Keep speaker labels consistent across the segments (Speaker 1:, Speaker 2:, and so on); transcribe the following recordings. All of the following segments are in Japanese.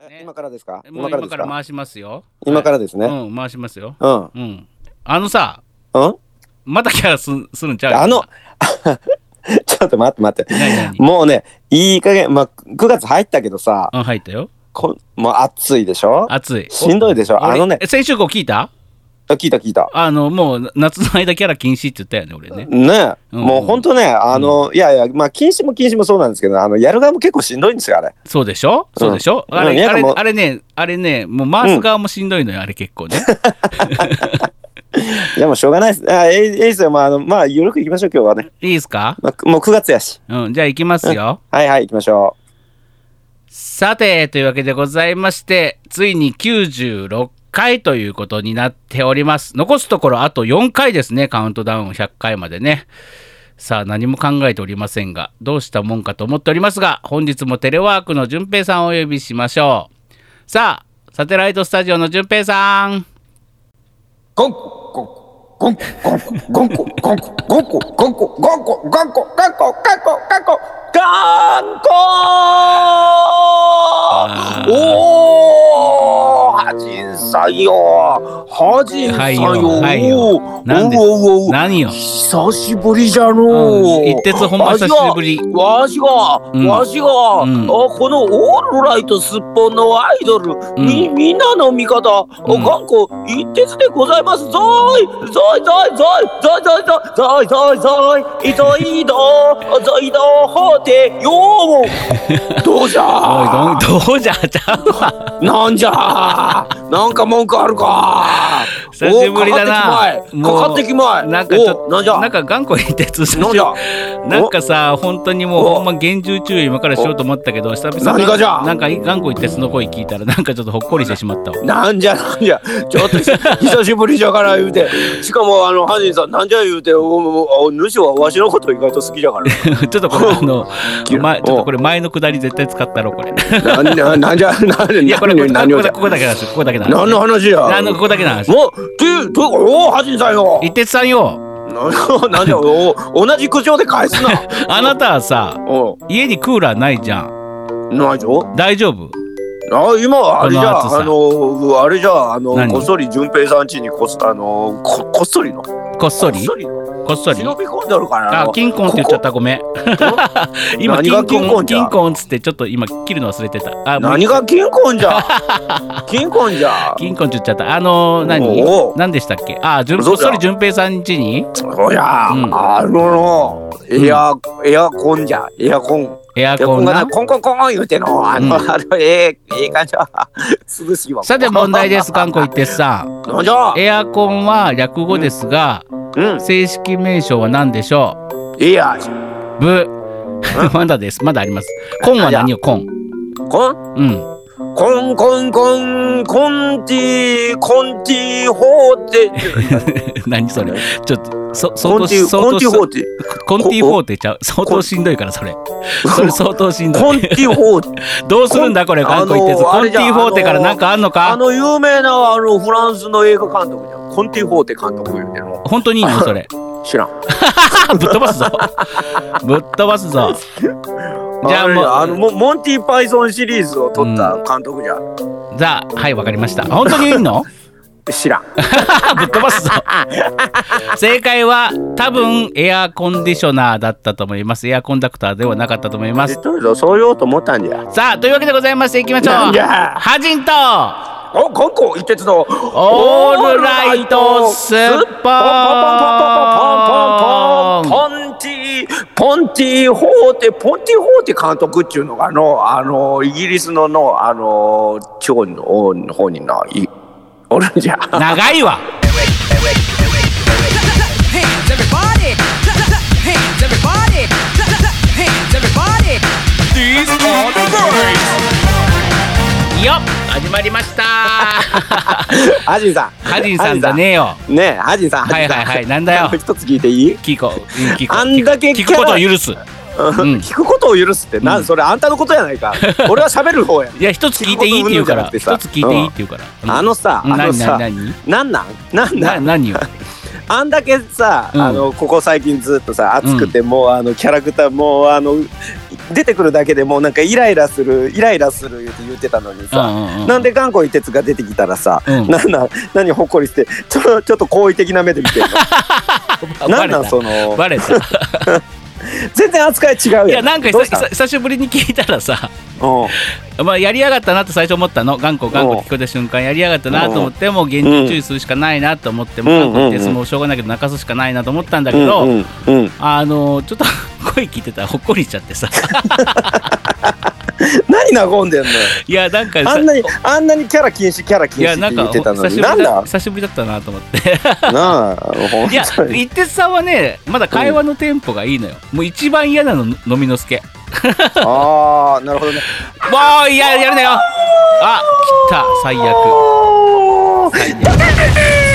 Speaker 1: ね
Speaker 2: 今からですか
Speaker 1: も
Speaker 2: 今
Speaker 1: う
Speaker 2: からで
Speaker 1: 今
Speaker 2: すか
Speaker 1: から回しますよ。
Speaker 2: 今からですね。
Speaker 1: うん、回しますよ。
Speaker 2: うん。うん。
Speaker 1: うん。あのさ、またキャラすんするんちゃう
Speaker 2: あの、ちょっと待って待って。
Speaker 1: 何何
Speaker 2: もうね、いい加減、まあ、9月入ったけどさ、
Speaker 1: うん、入ったよ。
Speaker 2: こんもう暑いでしょ
Speaker 1: 暑い。
Speaker 2: しんどいでしょあのね、
Speaker 1: え先週号聞いた
Speaker 2: 聞いた聞いた。
Speaker 1: あの、もう夏の間キャラ禁止って言ったよね、俺ね。
Speaker 2: ね、
Speaker 1: うん
Speaker 2: もうほんとね、あの、いやいや、まあ、禁止も禁止もそうなんですけど、あの、やる側も結構しんどいんですよ、あれ。
Speaker 1: そうでしょそうでしょ、
Speaker 2: うん
Speaker 1: あ
Speaker 2: うん
Speaker 1: れ、
Speaker 2: 皆さ
Speaker 1: あ
Speaker 2: ん
Speaker 1: れ、
Speaker 2: も
Speaker 1: あれね、あれね、もう回す側もしんどいのよ、あれ 結構ね。
Speaker 2: いや、もうしょうがないです。あ、えい、えいですよ。まあ、あの、まあ、緩くいきましょう、今日はね。
Speaker 1: いいですか
Speaker 2: まあくもう9月やし。
Speaker 1: うん、じゃあ行きますよ。
Speaker 2: はいはい、行きましょ
Speaker 1: さて、というわけでございまして、ついに96回ということになっております。残すところあと4回ですね、カウントダウンを100回までね。さあ、何も考えておりませんが、どうしたもんかと思っておりますが、本日もテレワークの淳平さんをお呼びしましょう。さあ、サテライトスタジオの淳平さん。
Speaker 3: ゴンコゴンコゴンコゴンコゴンコゴンコゴンコゴンコゴンコゴンコゴンコゴンコゴンコおおはじんさんよはじんさんよ
Speaker 1: 何よ。
Speaker 3: 久しぶりじゃの
Speaker 1: うん、一徹本間久しぶり。
Speaker 3: わしが、
Speaker 1: うん
Speaker 3: わしが、
Speaker 1: ん
Speaker 3: あこのオールライトすっぽんのアイドル、
Speaker 1: ん
Speaker 3: みみんなの味方、
Speaker 1: うん
Speaker 3: 頑固一徹でございますぞーいぞいぞいぞいぞいぞいぞいぞいぞいぞいぞいどぞいどほてよーどうじ
Speaker 1: おい、
Speaker 3: ゃ
Speaker 1: どんどうじゃちゃうわ。
Speaker 3: なんじゃなんか文句あるか
Speaker 1: 久しぶりだな
Speaker 3: おかかってきまいかか
Speaker 1: なん
Speaker 3: って
Speaker 1: か
Speaker 3: きまいお
Speaker 1: ちょっ
Speaker 3: なんじ
Speaker 1: と、
Speaker 3: ゃ
Speaker 1: なんか頑固一徹
Speaker 3: なんじゃ
Speaker 1: なんかさ、本当にもう
Speaker 3: お
Speaker 1: ほんま厳重注意今からしようと思ったけど、久々
Speaker 3: 何がじゃ
Speaker 1: なんか頑固一徹の声聞いたら、なんかちょっとほっこりしてしまったわ。
Speaker 3: なんじゃなんじゃち ょっとひ久しぶりじゃから言うてしかもあのハジンさんなんじゃ言うておおお主はわしのこと意外と好きじゃか
Speaker 1: ちょっとこれ、あの、
Speaker 3: 急
Speaker 1: ま、ちょっとこれ前のくだり絶対使ったろ、これ。い
Speaker 3: らなんなんなんじゃなんで
Speaker 1: や、これ、これ、こ
Speaker 3: 何を
Speaker 1: こ
Speaker 3: じ
Speaker 1: だ
Speaker 3: ゃ
Speaker 1: ここだけなんですよ。ここだけなんです
Speaker 3: 何の話や
Speaker 1: あの、ここだけなんですよ。
Speaker 3: もうていうていうかおおハジンさんよ
Speaker 1: 一徹さんよ、
Speaker 3: ななんじゃお同じ口調で返すな
Speaker 1: あなたはさ、
Speaker 3: お
Speaker 1: 家にクーラーないじゃん。
Speaker 3: 何じゃ
Speaker 1: 大丈夫
Speaker 3: あ今あれじゃ
Speaker 1: この暑さ
Speaker 3: あのあれじゃあの
Speaker 1: 何
Speaker 3: こっそり順平さん家にこっあのここっそりのこ
Speaker 1: こっそ
Speaker 3: っ
Speaker 1: り
Speaker 3: そり
Speaker 1: こっそり
Speaker 3: 忍び込んでるからな
Speaker 1: あ、金婚って言っちゃった、ごめん。今、
Speaker 3: 何
Speaker 1: 金
Speaker 3: が
Speaker 1: 婚、
Speaker 3: 金婚じゃ
Speaker 1: 金婚っつって、ちょっと今、切るの忘れてた。あ、もう
Speaker 3: 何が金婚じゃ 金婚じゃ
Speaker 1: 金婚って言っちゃった。あのー、
Speaker 3: お
Speaker 1: 何
Speaker 3: う
Speaker 1: 何でしたっけあ、じゅん、
Speaker 3: そ
Speaker 1: こっ
Speaker 3: うだ
Speaker 1: そり淳平さん家に
Speaker 3: おや、
Speaker 1: うん
Speaker 3: あののエア、エアコンじゃエアコンエ
Speaker 1: エア
Speaker 3: アコ
Speaker 1: コ
Speaker 3: ン
Speaker 1: ン
Speaker 3: がな
Speaker 1: な。
Speaker 3: コンコンコン言うてのあの、
Speaker 1: うん
Speaker 3: あのええええ感じは涼しいわ
Speaker 1: さて問 題です、かんこいってさん。
Speaker 3: なんじゃ
Speaker 1: エアコンは略語ですが、
Speaker 3: うん
Speaker 1: 正式名称は何でしょ
Speaker 3: エア
Speaker 1: うブ。 まだです。まだあります。コンは何よ、コン。
Speaker 3: コン
Speaker 1: うん。
Speaker 3: コンコンコンコンティコンティホーテ
Speaker 1: 何それ。ちょっと、そ、相
Speaker 3: コ
Speaker 1: 当
Speaker 3: ンティ
Speaker 1: し、相
Speaker 3: コン
Speaker 1: 当
Speaker 3: テ
Speaker 1: し
Speaker 3: ィ、ホーテ
Speaker 1: コンティフォーってちゃう。相当しんどいから、それ。それ相当しんど
Speaker 3: コ
Speaker 1: い
Speaker 3: ン。ティホーテ
Speaker 1: どうするんだ、これ、かんこいって
Speaker 3: あ
Speaker 1: つ。
Speaker 3: のー
Speaker 1: コ
Speaker 3: あ
Speaker 1: ン
Speaker 3: れ
Speaker 1: テ
Speaker 3: じゃん
Speaker 1: ィフォーってから
Speaker 3: あのー
Speaker 1: なんかあんの
Speaker 3: あ
Speaker 1: か
Speaker 3: の有名なあのフランスの映画監督じゃんコンティホーテ監督言うての
Speaker 1: 本当にいいのそ れ。
Speaker 3: 知らん
Speaker 1: ぶっ飛ばす ぞ。ぶっ飛ばすぞ。じ
Speaker 3: じゃ
Speaker 1: ゃあ
Speaker 3: あ
Speaker 1: も
Speaker 3: も
Speaker 1: う
Speaker 3: うあのモモンティパイソンシリーズを撮った監督じゃ、
Speaker 1: じゃあ、はい、わかりました。本当にいいの
Speaker 3: 知らん。
Speaker 1: ぶっ飛ばすぞ。正解は、多分、エアコンディショナーだったと思います。エアコンダクターではなかったと思います。
Speaker 3: とりあえずそう言おうと思ったんじゃ。
Speaker 1: さあ、というわけでございまして、いきましょう。
Speaker 3: なんじゃ
Speaker 1: ハジンと、
Speaker 3: お今後一徹のオ
Speaker 1: ールライトスッポン
Speaker 3: ポンポンポンポンポンポンポンポンティポンティホーテポンティホーテ監督っていうのがのあのイギリスののあの地方の方にないおるんじゃ。
Speaker 1: 長いわ。
Speaker 4: hands, everybody. Hands, everybody. Hands, everybody.
Speaker 1: よっ始まりました。
Speaker 2: ハジンさん。
Speaker 1: ハジンさんじゃねえよ。
Speaker 2: ねえ、ハジンさん。
Speaker 1: はいはいはいなんだよ
Speaker 2: 一つ聞いていい
Speaker 1: 聞こう。うん聞こう。
Speaker 2: あんだけ
Speaker 1: 聞くことを許す。ん
Speaker 2: 聞くことを許すって、なん、それあんたのことやないか。俺は喋る方や。
Speaker 1: いや、一つ聞いていいって言うから。
Speaker 2: 聞
Speaker 1: 一
Speaker 2: くことを
Speaker 1: つ
Speaker 2: 許す
Speaker 1: 聞
Speaker 2: じ
Speaker 1: い
Speaker 2: ゃ
Speaker 1: ていい
Speaker 2: な
Speaker 1: って
Speaker 2: くてさ
Speaker 1: 言うから。
Speaker 2: あのさ、あの
Speaker 1: 何
Speaker 2: さ、
Speaker 1: 何
Speaker 2: なんなんなんな
Speaker 1: 何
Speaker 2: ん
Speaker 1: 何よ。
Speaker 2: あんだけさ、
Speaker 1: うん
Speaker 2: あのここ最近ずっとさ暑くて、もうあのキャラクターもうあの
Speaker 3: 出てくるだけでもうなんかイライラするイライラする言って言ってたのに
Speaker 1: う
Speaker 3: さ、
Speaker 1: んうんうん
Speaker 3: なんで頑固に鉄が出てきたらさ、
Speaker 1: うん
Speaker 3: なんなん何ほっこりしてちょちょっと好意的な目で見てるのなんなんその
Speaker 1: バレた。
Speaker 3: 全然扱い違うやん
Speaker 1: いやなんか
Speaker 3: どう
Speaker 1: 久
Speaker 3: した
Speaker 1: 久久しぶりに聞いたらさ、
Speaker 3: うん
Speaker 1: まあやりやがったなと最初思ったの。頑固頑固聞こえた瞬間やりやがったなと思ってもう現状注意するしかないなと思っても
Speaker 3: うん
Speaker 1: 頑固ってもうしょうがないけど泣かすしかないなと思ったんだけ
Speaker 3: う
Speaker 1: ど、
Speaker 3: んうんうん
Speaker 1: あのちょっと声聞いてたらほっこりしちゃってさ。
Speaker 3: 何和んでんのよ
Speaker 1: いやなんか
Speaker 3: あ
Speaker 1: さ
Speaker 3: ん。なにあんなにキャラ禁止キャラ
Speaker 1: い
Speaker 3: 禁止
Speaker 1: や
Speaker 3: っ
Speaker 1: なん
Speaker 3: て言
Speaker 1: か
Speaker 3: ってたの
Speaker 1: 久し
Speaker 3: に
Speaker 1: ぶり
Speaker 3: なん
Speaker 1: だ
Speaker 3: だ
Speaker 1: 久しぶりだったなと思って。
Speaker 3: なあほん
Speaker 1: いや
Speaker 3: とに
Speaker 1: 一徹さんはねまだ会話のテンポがいいのよ。もう一番嫌なの飲みのすけ。
Speaker 3: ああなるほどね
Speaker 1: もういややるなよ。あ来た最悪。
Speaker 3: おー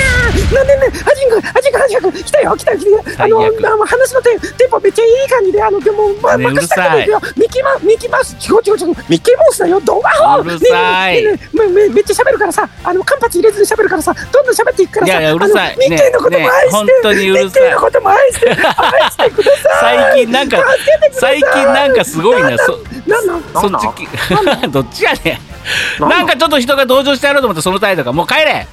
Speaker 3: なんでね、ハジン君、ハジン君、ハジン君、来たよ、来たよ、来たよ。あ
Speaker 1: 最悪
Speaker 3: の、あの話のテンテンポめっちゃいい感じで、あの、でも、ま、
Speaker 1: ねうる
Speaker 3: 任せ
Speaker 1: さ
Speaker 3: た
Speaker 1: い
Speaker 3: けどよ。ミッキーマウス、ミッキーマウス、違う違う違う、ミッキーマウスだよ、どうあ
Speaker 1: うるさ
Speaker 3: ねえ
Speaker 1: い
Speaker 3: ねえねえねえめめめっちゃ喋るからさ、あの、間髪入れずに喋るからさ、どんどん喋っていくから
Speaker 1: い
Speaker 3: さ、
Speaker 1: やいやうるさい
Speaker 3: あのミッキーのこと
Speaker 1: ね
Speaker 3: も愛して、
Speaker 1: ね本当にうるさい
Speaker 3: ミッキーのことも愛して、愛してください。
Speaker 1: 最近なんか
Speaker 3: 助けてくださ
Speaker 1: 最
Speaker 3: い
Speaker 1: 近なんかすごいなそ
Speaker 3: なんなん
Speaker 1: そ
Speaker 5: なん
Speaker 1: っちき どっちやねんなんかちょっと人が同情してやろうと思ったその態度がもう帰れ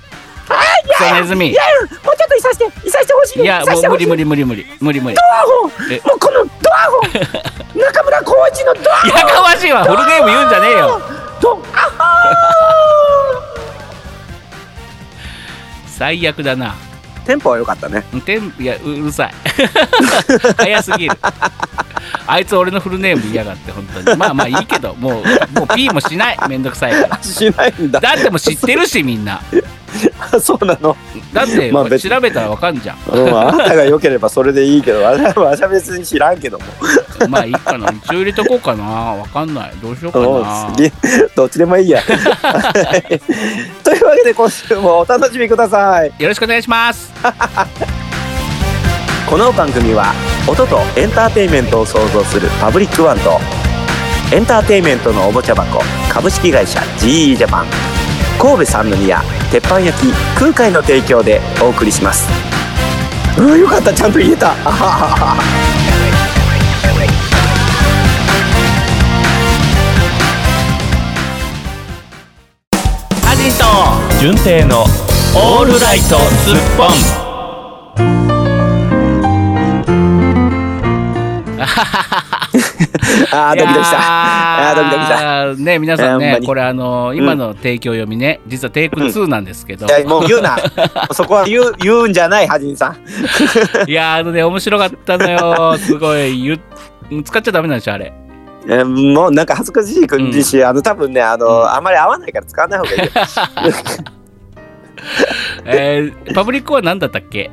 Speaker 1: クソネズミ
Speaker 3: いやもうちょっといさして、いさしてほしい。
Speaker 1: いや
Speaker 3: さ
Speaker 1: も
Speaker 3: し
Speaker 1: う
Speaker 3: て
Speaker 1: 無
Speaker 3: ほし
Speaker 1: 理
Speaker 3: い
Speaker 1: 無理無理無理無理無理
Speaker 3: ドアホン
Speaker 1: え
Speaker 3: もうこのドアホ ン中村浩一のドアホン
Speaker 1: やかましいわフルネーム言うんじゃねえよ
Speaker 3: ド
Speaker 1: 最悪だな
Speaker 3: テンポは良かったね
Speaker 1: てんいやううるさい 早すぎるあいつ俺のフルネーム言いやがって本当にまあまあいいけどもうもうピーもしないめんどくさいから
Speaker 3: しないんだ
Speaker 1: だってもう知ってるしみんな
Speaker 3: そうなの、
Speaker 1: だって
Speaker 3: まあ別に
Speaker 1: 調べたらわかんじゃん
Speaker 3: うん、あなたが良ければそれでいいけどわしゃわしゃ別に知らんけども
Speaker 1: まあいいかな一応入れとこうかなわかんないどうしようか
Speaker 3: うん
Speaker 1: な
Speaker 3: 次どっちでもい いやというわけで今週もお楽しみください
Speaker 1: よろしくお願いします
Speaker 3: この番組は音とエンターテインメントを創造するパブリックワンとエンターテインメントのおもちゃ箱株式会社 GE ジャパン神戸三宮鉄板焼き空海の提供でお送りしますうんよかったちゃんと言えたあはははは
Speaker 1: アジト
Speaker 6: 純正の
Speaker 1: オールライトスッポン
Speaker 3: あードキドキした
Speaker 1: あ
Speaker 3: あードキドキ
Speaker 1: したね皆さん
Speaker 3: いやほん
Speaker 1: ね
Speaker 3: まに
Speaker 1: これあの今の提供読みね実はテイク2なんですけど、
Speaker 3: いやもう言う なそこは言う言うんじゃないハジンさん
Speaker 1: いやーあのね面白かったのよすごい言う使っちゃダメなんでしょあれ
Speaker 3: えーもうなんか恥ずかしい感じし、あの多分ねあの、あまり合わないから使わない方がいい よ
Speaker 1: えーパブリックワンなんだったっけ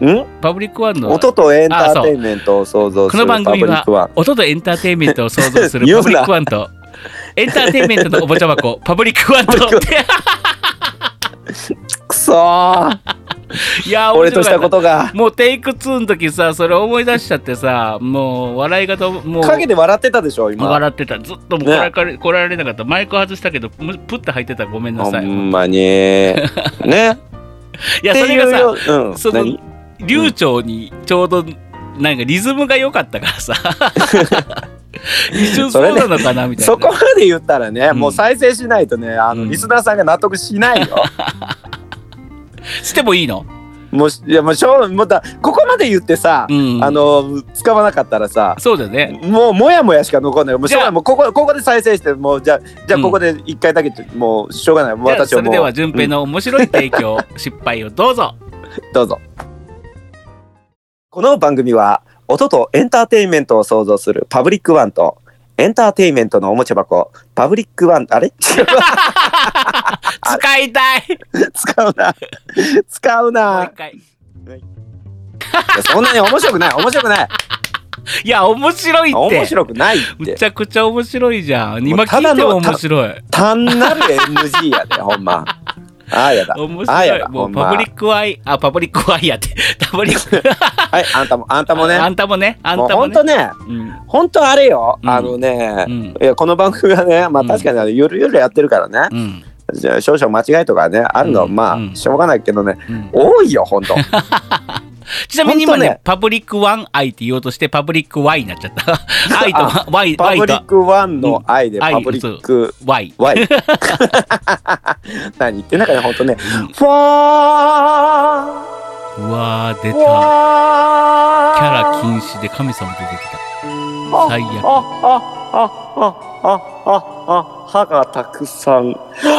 Speaker 3: うん
Speaker 1: パブリックワンの
Speaker 3: 音とエンターテインメントを創造す
Speaker 1: こ
Speaker 3: る
Speaker 1: の
Speaker 3: パブ
Speaker 1: 番
Speaker 3: リ
Speaker 1: 組
Speaker 3: ッ
Speaker 1: は
Speaker 3: クワン
Speaker 1: 音とエンターテインメントを創造す る
Speaker 3: 言うな
Speaker 1: パブリックワンとエンターテインメントのおもち ゃ箱パブリックワンと
Speaker 3: くそー
Speaker 1: いやー
Speaker 3: 俺としたこ
Speaker 1: 面白か
Speaker 3: とが
Speaker 1: ったもうテイク2の時さそれ思い出しちゃってさもう笑いがともう
Speaker 3: 影で笑ってたでしょ今
Speaker 1: 笑ってたずっともうこらかれこられなかったマイク外したけどむプッて入ってたごめんな
Speaker 3: ほ
Speaker 1: さい
Speaker 3: んまに ね
Speaker 1: いやそれがさ
Speaker 3: さ、うん、
Speaker 1: その
Speaker 3: 何
Speaker 1: 流暢にちょうどなんかリズムが良かっ たからさ一瞬そうなのかなみたいな
Speaker 3: そこまで言ったらね、
Speaker 1: ん
Speaker 3: もう再生しないとねあの、
Speaker 1: うん
Speaker 3: リスナーさんが納得しないよ
Speaker 1: してもいいの
Speaker 3: もういやもうしょうもうだここまで言ってさ、
Speaker 1: うん
Speaker 3: あの使わなかったらさ
Speaker 1: そうだよね
Speaker 3: もうもやもやしか残んないもうしょうが
Speaker 1: じゃ
Speaker 3: な
Speaker 1: あ
Speaker 3: いもうここここで再生してもうじゃあじゃあここで一回だけ、もうしょうがない
Speaker 1: じゃあ
Speaker 3: 私
Speaker 1: そ
Speaker 3: は
Speaker 1: れ
Speaker 3: もう
Speaker 1: では順平の面白い提供失敗をどうぞ
Speaker 3: どうぞ。この番組は、音とエンターテインメントを創造するパブリックワンと、エンターテインメントのおもちゃ箱、パブリックワン、あれ
Speaker 1: 使いたい
Speaker 3: 使うな。使う
Speaker 1: もう
Speaker 3: な
Speaker 1: 一。回
Speaker 3: いやそんなに面白くない、面白くない。
Speaker 1: いや面白いっ
Speaker 3: 面
Speaker 1: て
Speaker 3: 白くないっ
Speaker 1: む
Speaker 3: て
Speaker 1: ち。ゃくちゃ面白いじゃん今
Speaker 3: もうた
Speaker 1: 聞
Speaker 3: だ
Speaker 1: いても
Speaker 3: の
Speaker 1: 面白い
Speaker 3: 単なる NG やで、ほんま。ああやだ。
Speaker 1: 面
Speaker 3: ああ
Speaker 1: 白
Speaker 3: や
Speaker 1: い
Speaker 3: だ、
Speaker 1: も
Speaker 3: ほ
Speaker 1: うんパ
Speaker 3: ま
Speaker 1: ブリ。ックアイあパブリックアイやって パブリック
Speaker 3: はい、あんたも、あんたもね。
Speaker 1: あんたもねあん
Speaker 3: もう
Speaker 1: たも
Speaker 3: 本
Speaker 1: ね
Speaker 3: 当ね、
Speaker 1: うん
Speaker 3: 本当あれよ。
Speaker 1: うん
Speaker 3: あのね
Speaker 1: う、ん
Speaker 3: いや、この番組はね、まあ確かにあのゆるゆるやってるからね。
Speaker 1: うん
Speaker 3: じゃあ少々間違いとかねあるの、
Speaker 1: うん
Speaker 3: まあ、
Speaker 1: うん
Speaker 3: しょうがないけどね
Speaker 1: うん
Speaker 3: 多いよほんと
Speaker 1: ちなみに今
Speaker 5: ほん
Speaker 1: ね
Speaker 5: とね
Speaker 1: パブリックワン愛って言おうとして、パブリックワイになっちゃった。愛と
Speaker 5: あ
Speaker 1: ワイ、
Speaker 5: パ
Speaker 1: ワイ
Speaker 5: ブリッ
Speaker 1: と
Speaker 5: クワンの愛で
Speaker 1: うん愛
Speaker 5: パブリック
Speaker 1: ワイ。
Speaker 5: ワイ。 何言ってんだかね、ほんとね。ファー
Speaker 1: うわー、出た。キャ
Speaker 5: わー
Speaker 1: ラ禁止で神様出てきた。最悪
Speaker 5: ああああああ歯がたくさん。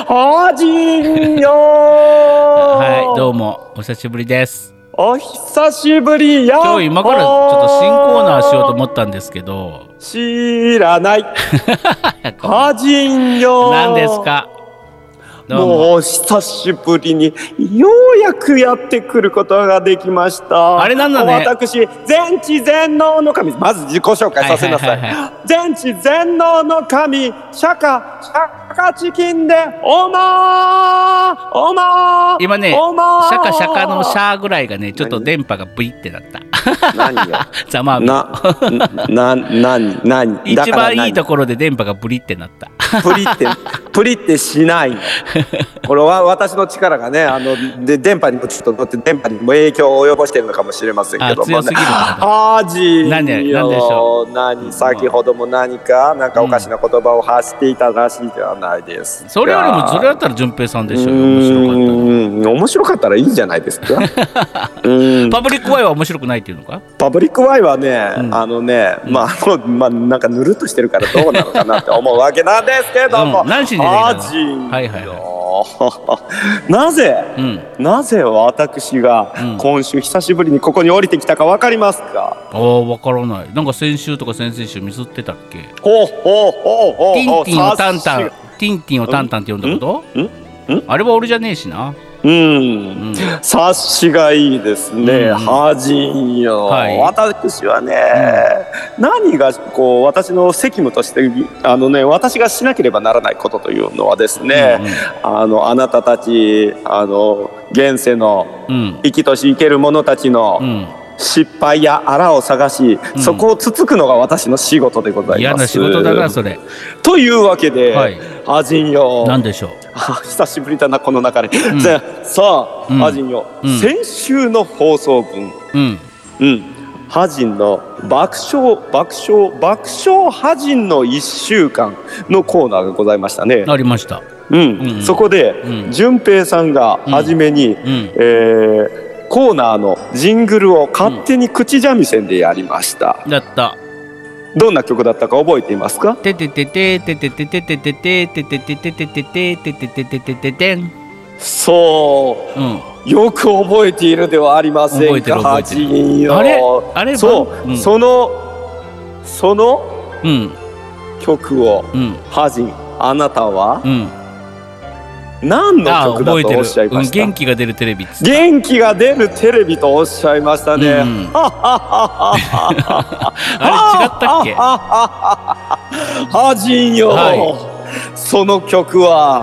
Speaker 5: あじんよー
Speaker 1: はい、どうも、お久しぶりです。
Speaker 5: お久しぶりや
Speaker 1: 今日今からちょっと新コーナーしようと思ったんですけど、
Speaker 5: 知 らない。はじんよ。
Speaker 1: 何です。かどうも
Speaker 5: もう久しぶりにようやくやってくることができました。
Speaker 1: あれなんだね
Speaker 5: 私全知全能の神まず自己紹介させなさい。
Speaker 1: はいはいはい
Speaker 5: 全知全能の神釈迦釈迦チキンでおまーおまー
Speaker 1: 今ね、シ
Speaker 5: おまー
Speaker 1: ャカシャカのシャーぐらいがね、ちょっと電波がブイってなった。
Speaker 5: 何よ
Speaker 1: ざまあみ
Speaker 5: なな何何だ
Speaker 1: 一
Speaker 5: から
Speaker 1: 番
Speaker 5: 何
Speaker 1: いいところで電波がブリってなった。
Speaker 5: プリって、プリってしないの。これは私の力がね、あの、で、電波にもちょっと乗って、電波にも影響を及ぼしてるのかもしれませんけども、ね。
Speaker 1: あ強すぎるから
Speaker 5: ああじーよ。
Speaker 1: なんでなんでしょ
Speaker 5: 何、先ほども何か、なんかおかしな言葉を発していたらしいではないですか。
Speaker 1: それよりもそれだったら順平さんでしょうよ。面白
Speaker 5: う
Speaker 1: かっ
Speaker 5: ーん面白かったらいいんじゃないですか。うん
Speaker 1: た。パブリックワイは面白くないっていうのか
Speaker 5: パブリックワイはね、
Speaker 1: うん
Speaker 5: あのね、まあ、あの、まあ、なんかぬるっとしてるからどうなのかなって思うわけなんですけども、
Speaker 1: うん何しに出てきたの
Speaker 5: アジンよ
Speaker 1: はいはい
Speaker 5: なぜ、
Speaker 1: うん。
Speaker 5: なぜ私が
Speaker 1: うん
Speaker 5: 今週久しぶりにここに降りてきたかわかりますか、
Speaker 1: ああ、わからない。なんか先週とか先々週ミスってたっけ
Speaker 5: ほうほうほうほう
Speaker 1: ティンティンをタンタ
Speaker 5: さ
Speaker 1: ン
Speaker 5: すが、
Speaker 1: ティンティンをタンタンって呼んだこ
Speaker 5: んん
Speaker 1: とあれは俺じゃねえしな。
Speaker 5: うん
Speaker 1: うん。
Speaker 5: 察しがいいですね、
Speaker 1: うん
Speaker 5: 恥よ、
Speaker 1: はい
Speaker 5: 私はね、何がこう私の責務としてあのね私がしなければならないことというのはですね、あのあなたたちあの現世の
Speaker 1: うん。
Speaker 5: 生きとし生ける者たち
Speaker 1: う
Speaker 5: の
Speaker 1: ん。
Speaker 5: 失敗やあらを探し、
Speaker 1: うん
Speaker 5: そこをつつくのが私の仕事でございます。
Speaker 1: 嫌な仕事だな、それ。
Speaker 5: というわけで、
Speaker 1: はい
Speaker 5: アジンよ
Speaker 1: なんでしょう
Speaker 5: あ 久しぶりだなこの流れ、
Speaker 1: うん
Speaker 5: じゃあさあ、
Speaker 1: うん
Speaker 5: ハジンよ、
Speaker 1: うん
Speaker 5: 先週の放送分
Speaker 1: うん。
Speaker 5: うんハジンの爆笑爆笑爆笑ハジンの1週間のコーナーがございましたね、
Speaker 1: ありました。
Speaker 5: うん
Speaker 1: うんうん
Speaker 5: そこで、
Speaker 1: うん
Speaker 5: 順平さんが初め
Speaker 1: う
Speaker 5: に、
Speaker 1: ん。
Speaker 5: えーコーナーのジングルを勝手に口三味線でやりました、
Speaker 1: だった。
Speaker 5: どんな曲だったか覚えていますか
Speaker 1: てててててててててててててててててててててててててん。
Speaker 5: そう
Speaker 1: うん。
Speaker 5: よく覚えているではありませ
Speaker 1: 覚え
Speaker 5: ん
Speaker 1: てる
Speaker 5: か。
Speaker 1: 覚えてる
Speaker 5: 八人よ
Speaker 1: あれあれ
Speaker 5: そう、
Speaker 1: うん
Speaker 5: そのその
Speaker 1: うん。
Speaker 5: 曲を
Speaker 1: うん。
Speaker 5: ハジンあなたは
Speaker 1: うん。
Speaker 5: 何
Speaker 1: ああ
Speaker 5: の曲
Speaker 1: 覚え
Speaker 5: だ
Speaker 1: て
Speaker 5: とお
Speaker 1: る
Speaker 5: っしゃいました。
Speaker 1: うん、元気が出るテレビっつって
Speaker 5: 元気が出るテレビとおっしゃいましたね。
Speaker 1: うんうん
Speaker 5: はっはっはっはっは
Speaker 1: あれ違ったっけ
Speaker 5: ハジンよ、
Speaker 1: は
Speaker 5: その曲は、
Speaker 1: う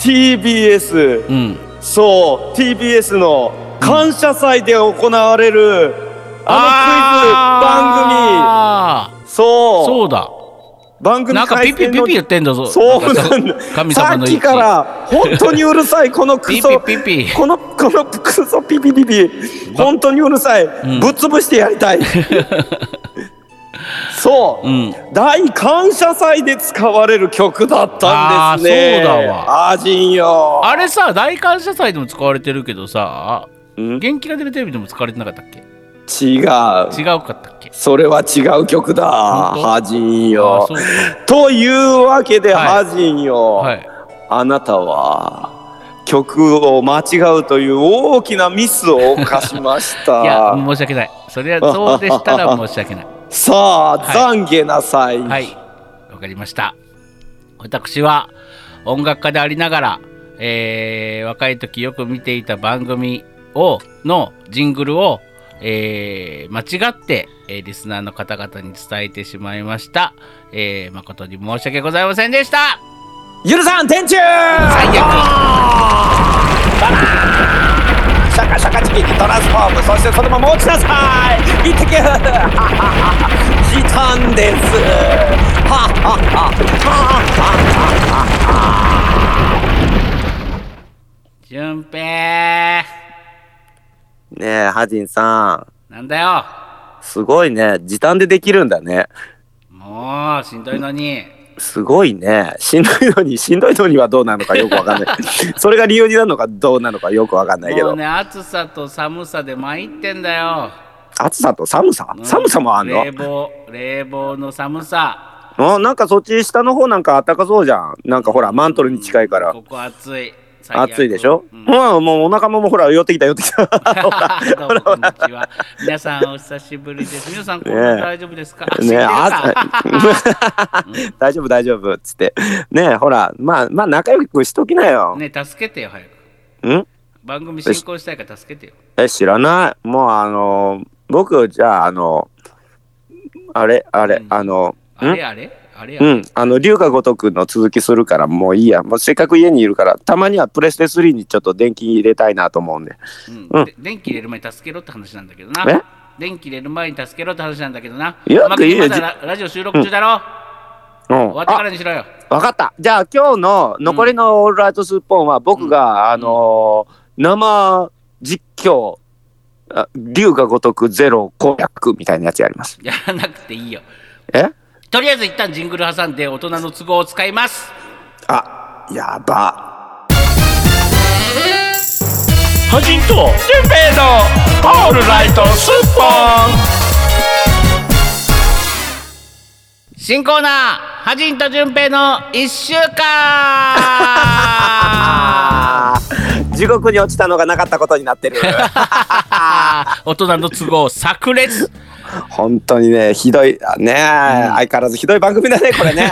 Speaker 5: TBS
Speaker 1: んうん
Speaker 5: そう TBS の感謝祭で行われる、あのク
Speaker 1: あー
Speaker 5: イズ番組そう
Speaker 1: そうだ
Speaker 5: 番組
Speaker 1: なんかピ
Speaker 5: 回
Speaker 1: ピピ
Speaker 5: 線の
Speaker 1: ピ言ってんだぞ
Speaker 5: そう
Speaker 1: な
Speaker 5: なん
Speaker 1: ん
Speaker 5: だ
Speaker 1: か神
Speaker 5: さ
Speaker 1: 様
Speaker 5: っ
Speaker 1: の
Speaker 5: きから本当にうるさいこのク
Speaker 1: ピ
Speaker 5: ソ
Speaker 1: ピピピ
Speaker 5: このこのクソピピピピ本当にうるさい、
Speaker 1: ん
Speaker 5: ぶっ潰してやり たいそう、
Speaker 1: うん
Speaker 5: 大感謝祭で使われる曲だったんです
Speaker 1: あー
Speaker 5: ね
Speaker 1: そうだわ
Speaker 5: アジンよ
Speaker 1: あれさ大感謝祭でも使われてるけどさ
Speaker 5: ん
Speaker 1: 元気が出るテレビでも使われてなかったっけ
Speaker 5: 違う
Speaker 1: 違うかったっけ
Speaker 5: それは違う曲だ。
Speaker 1: 本当
Speaker 5: ハジン
Speaker 1: あー
Speaker 5: よ
Speaker 1: そう。か
Speaker 5: というわけで、
Speaker 1: はい
Speaker 5: ハジンよ、
Speaker 1: はい
Speaker 5: あなたは曲を間違うという大きなミスを犯しまし
Speaker 1: いや
Speaker 5: た。
Speaker 1: 申し訳ないそれはそうでしたら申し訳ない
Speaker 5: さあ、
Speaker 1: は
Speaker 5: 懺悔なさい。
Speaker 1: はい、わかりました。私は音楽家でありながら、えー若い時よく見ていた番組をのジングルを、えー間違って、えーリスナーの方々に伝えてしまいました。えー誠に申し訳ございませんでした。
Speaker 5: 許さん、天中
Speaker 1: 最悪。
Speaker 5: シャカシャカチキンにトランスフォーム、そしてそのまま持ちなさい。行ってけ。ははは 時短です。ははは
Speaker 1: 順平。
Speaker 3: ねえ、ハジンさ
Speaker 1: なんだよ
Speaker 3: ん。すごいね。時短でできるんだね。
Speaker 1: もう、しんどいのに。
Speaker 3: すごいね。しんどいのに、しんどいのにはどうなのかよくわかん ない。それが理由になるのかどうなのかよくわかんないけ
Speaker 1: もう
Speaker 3: ど。
Speaker 1: ね、暑さと寒さで参ってんだよ。
Speaker 3: 暑さと寒さ
Speaker 1: うん
Speaker 3: 寒さもあんの
Speaker 1: 冷房、冷房の寒さ。
Speaker 3: あなんかそっち下の方なんか暖かそうじゃん。なんかほら、マントルに近いから。
Speaker 1: ここ暑い。最悪
Speaker 3: 暑いでしょ、
Speaker 1: う
Speaker 3: うんん、もうお腹ももうほら、寄ってきた寄ってき た。
Speaker 1: どう もこんにちは。皆さんお久しぶりです。皆さんこんな
Speaker 3: ねえ
Speaker 1: 大丈夫ですか？
Speaker 3: ねえ、
Speaker 1: あ、
Speaker 3: あ大丈夫大丈夫っつって。ねえ、ほら、まあ、まあ仲良くしときなよ。
Speaker 1: ねえ助けてよ早く。
Speaker 3: ん
Speaker 1: 番組進行したいから助けてよ。
Speaker 3: え、知らない。もうあのー僕、じゃあ、あのあれ、あれ、あの
Speaker 1: あれあれあれあ
Speaker 3: う
Speaker 1: れ。
Speaker 3: ん、あの、龍河如くの続きするから、もういいや。もうせっかく家にいるから、たまにはプレステ3にちょっと電気入れたいなと思うんで。
Speaker 1: うん
Speaker 3: うん
Speaker 1: で電気入れる前に助けろって話なんだけど
Speaker 3: え
Speaker 1: な。電気入れる前に助けろって話なんだけどな。
Speaker 3: よく
Speaker 1: おまけに
Speaker 3: 言う
Speaker 1: まだララジオ収録中だろ。
Speaker 3: うん。
Speaker 1: 終わってか
Speaker 3: あ、
Speaker 1: らにしろよ。
Speaker 3: わかった。じゃあ、今日の残りのオールライトスッポンは、僕が、あのー生実況、あ龍河如くゼロ攻略みたいなやつやります。
Speaker 1: やらなくていいよ。
Speaker 3: え
Speaker 1: とりあえず一旦ジングル挟んで大人の都合を使います。
Speaker 3: あ、やば。
Speaker 6: ハジンとテンペイのオールライトスッポン
Speaker 1: 新コーナー、ハジンと淳平の一週 間
Speaker 3: 地獄に落ちたのがなかったことにな ってる。
Speaker 1: 大人の都合炸裂
Speaker 3: 本当にね、ひどい、あねえ、相変わらずひどい番組だね、これ ね。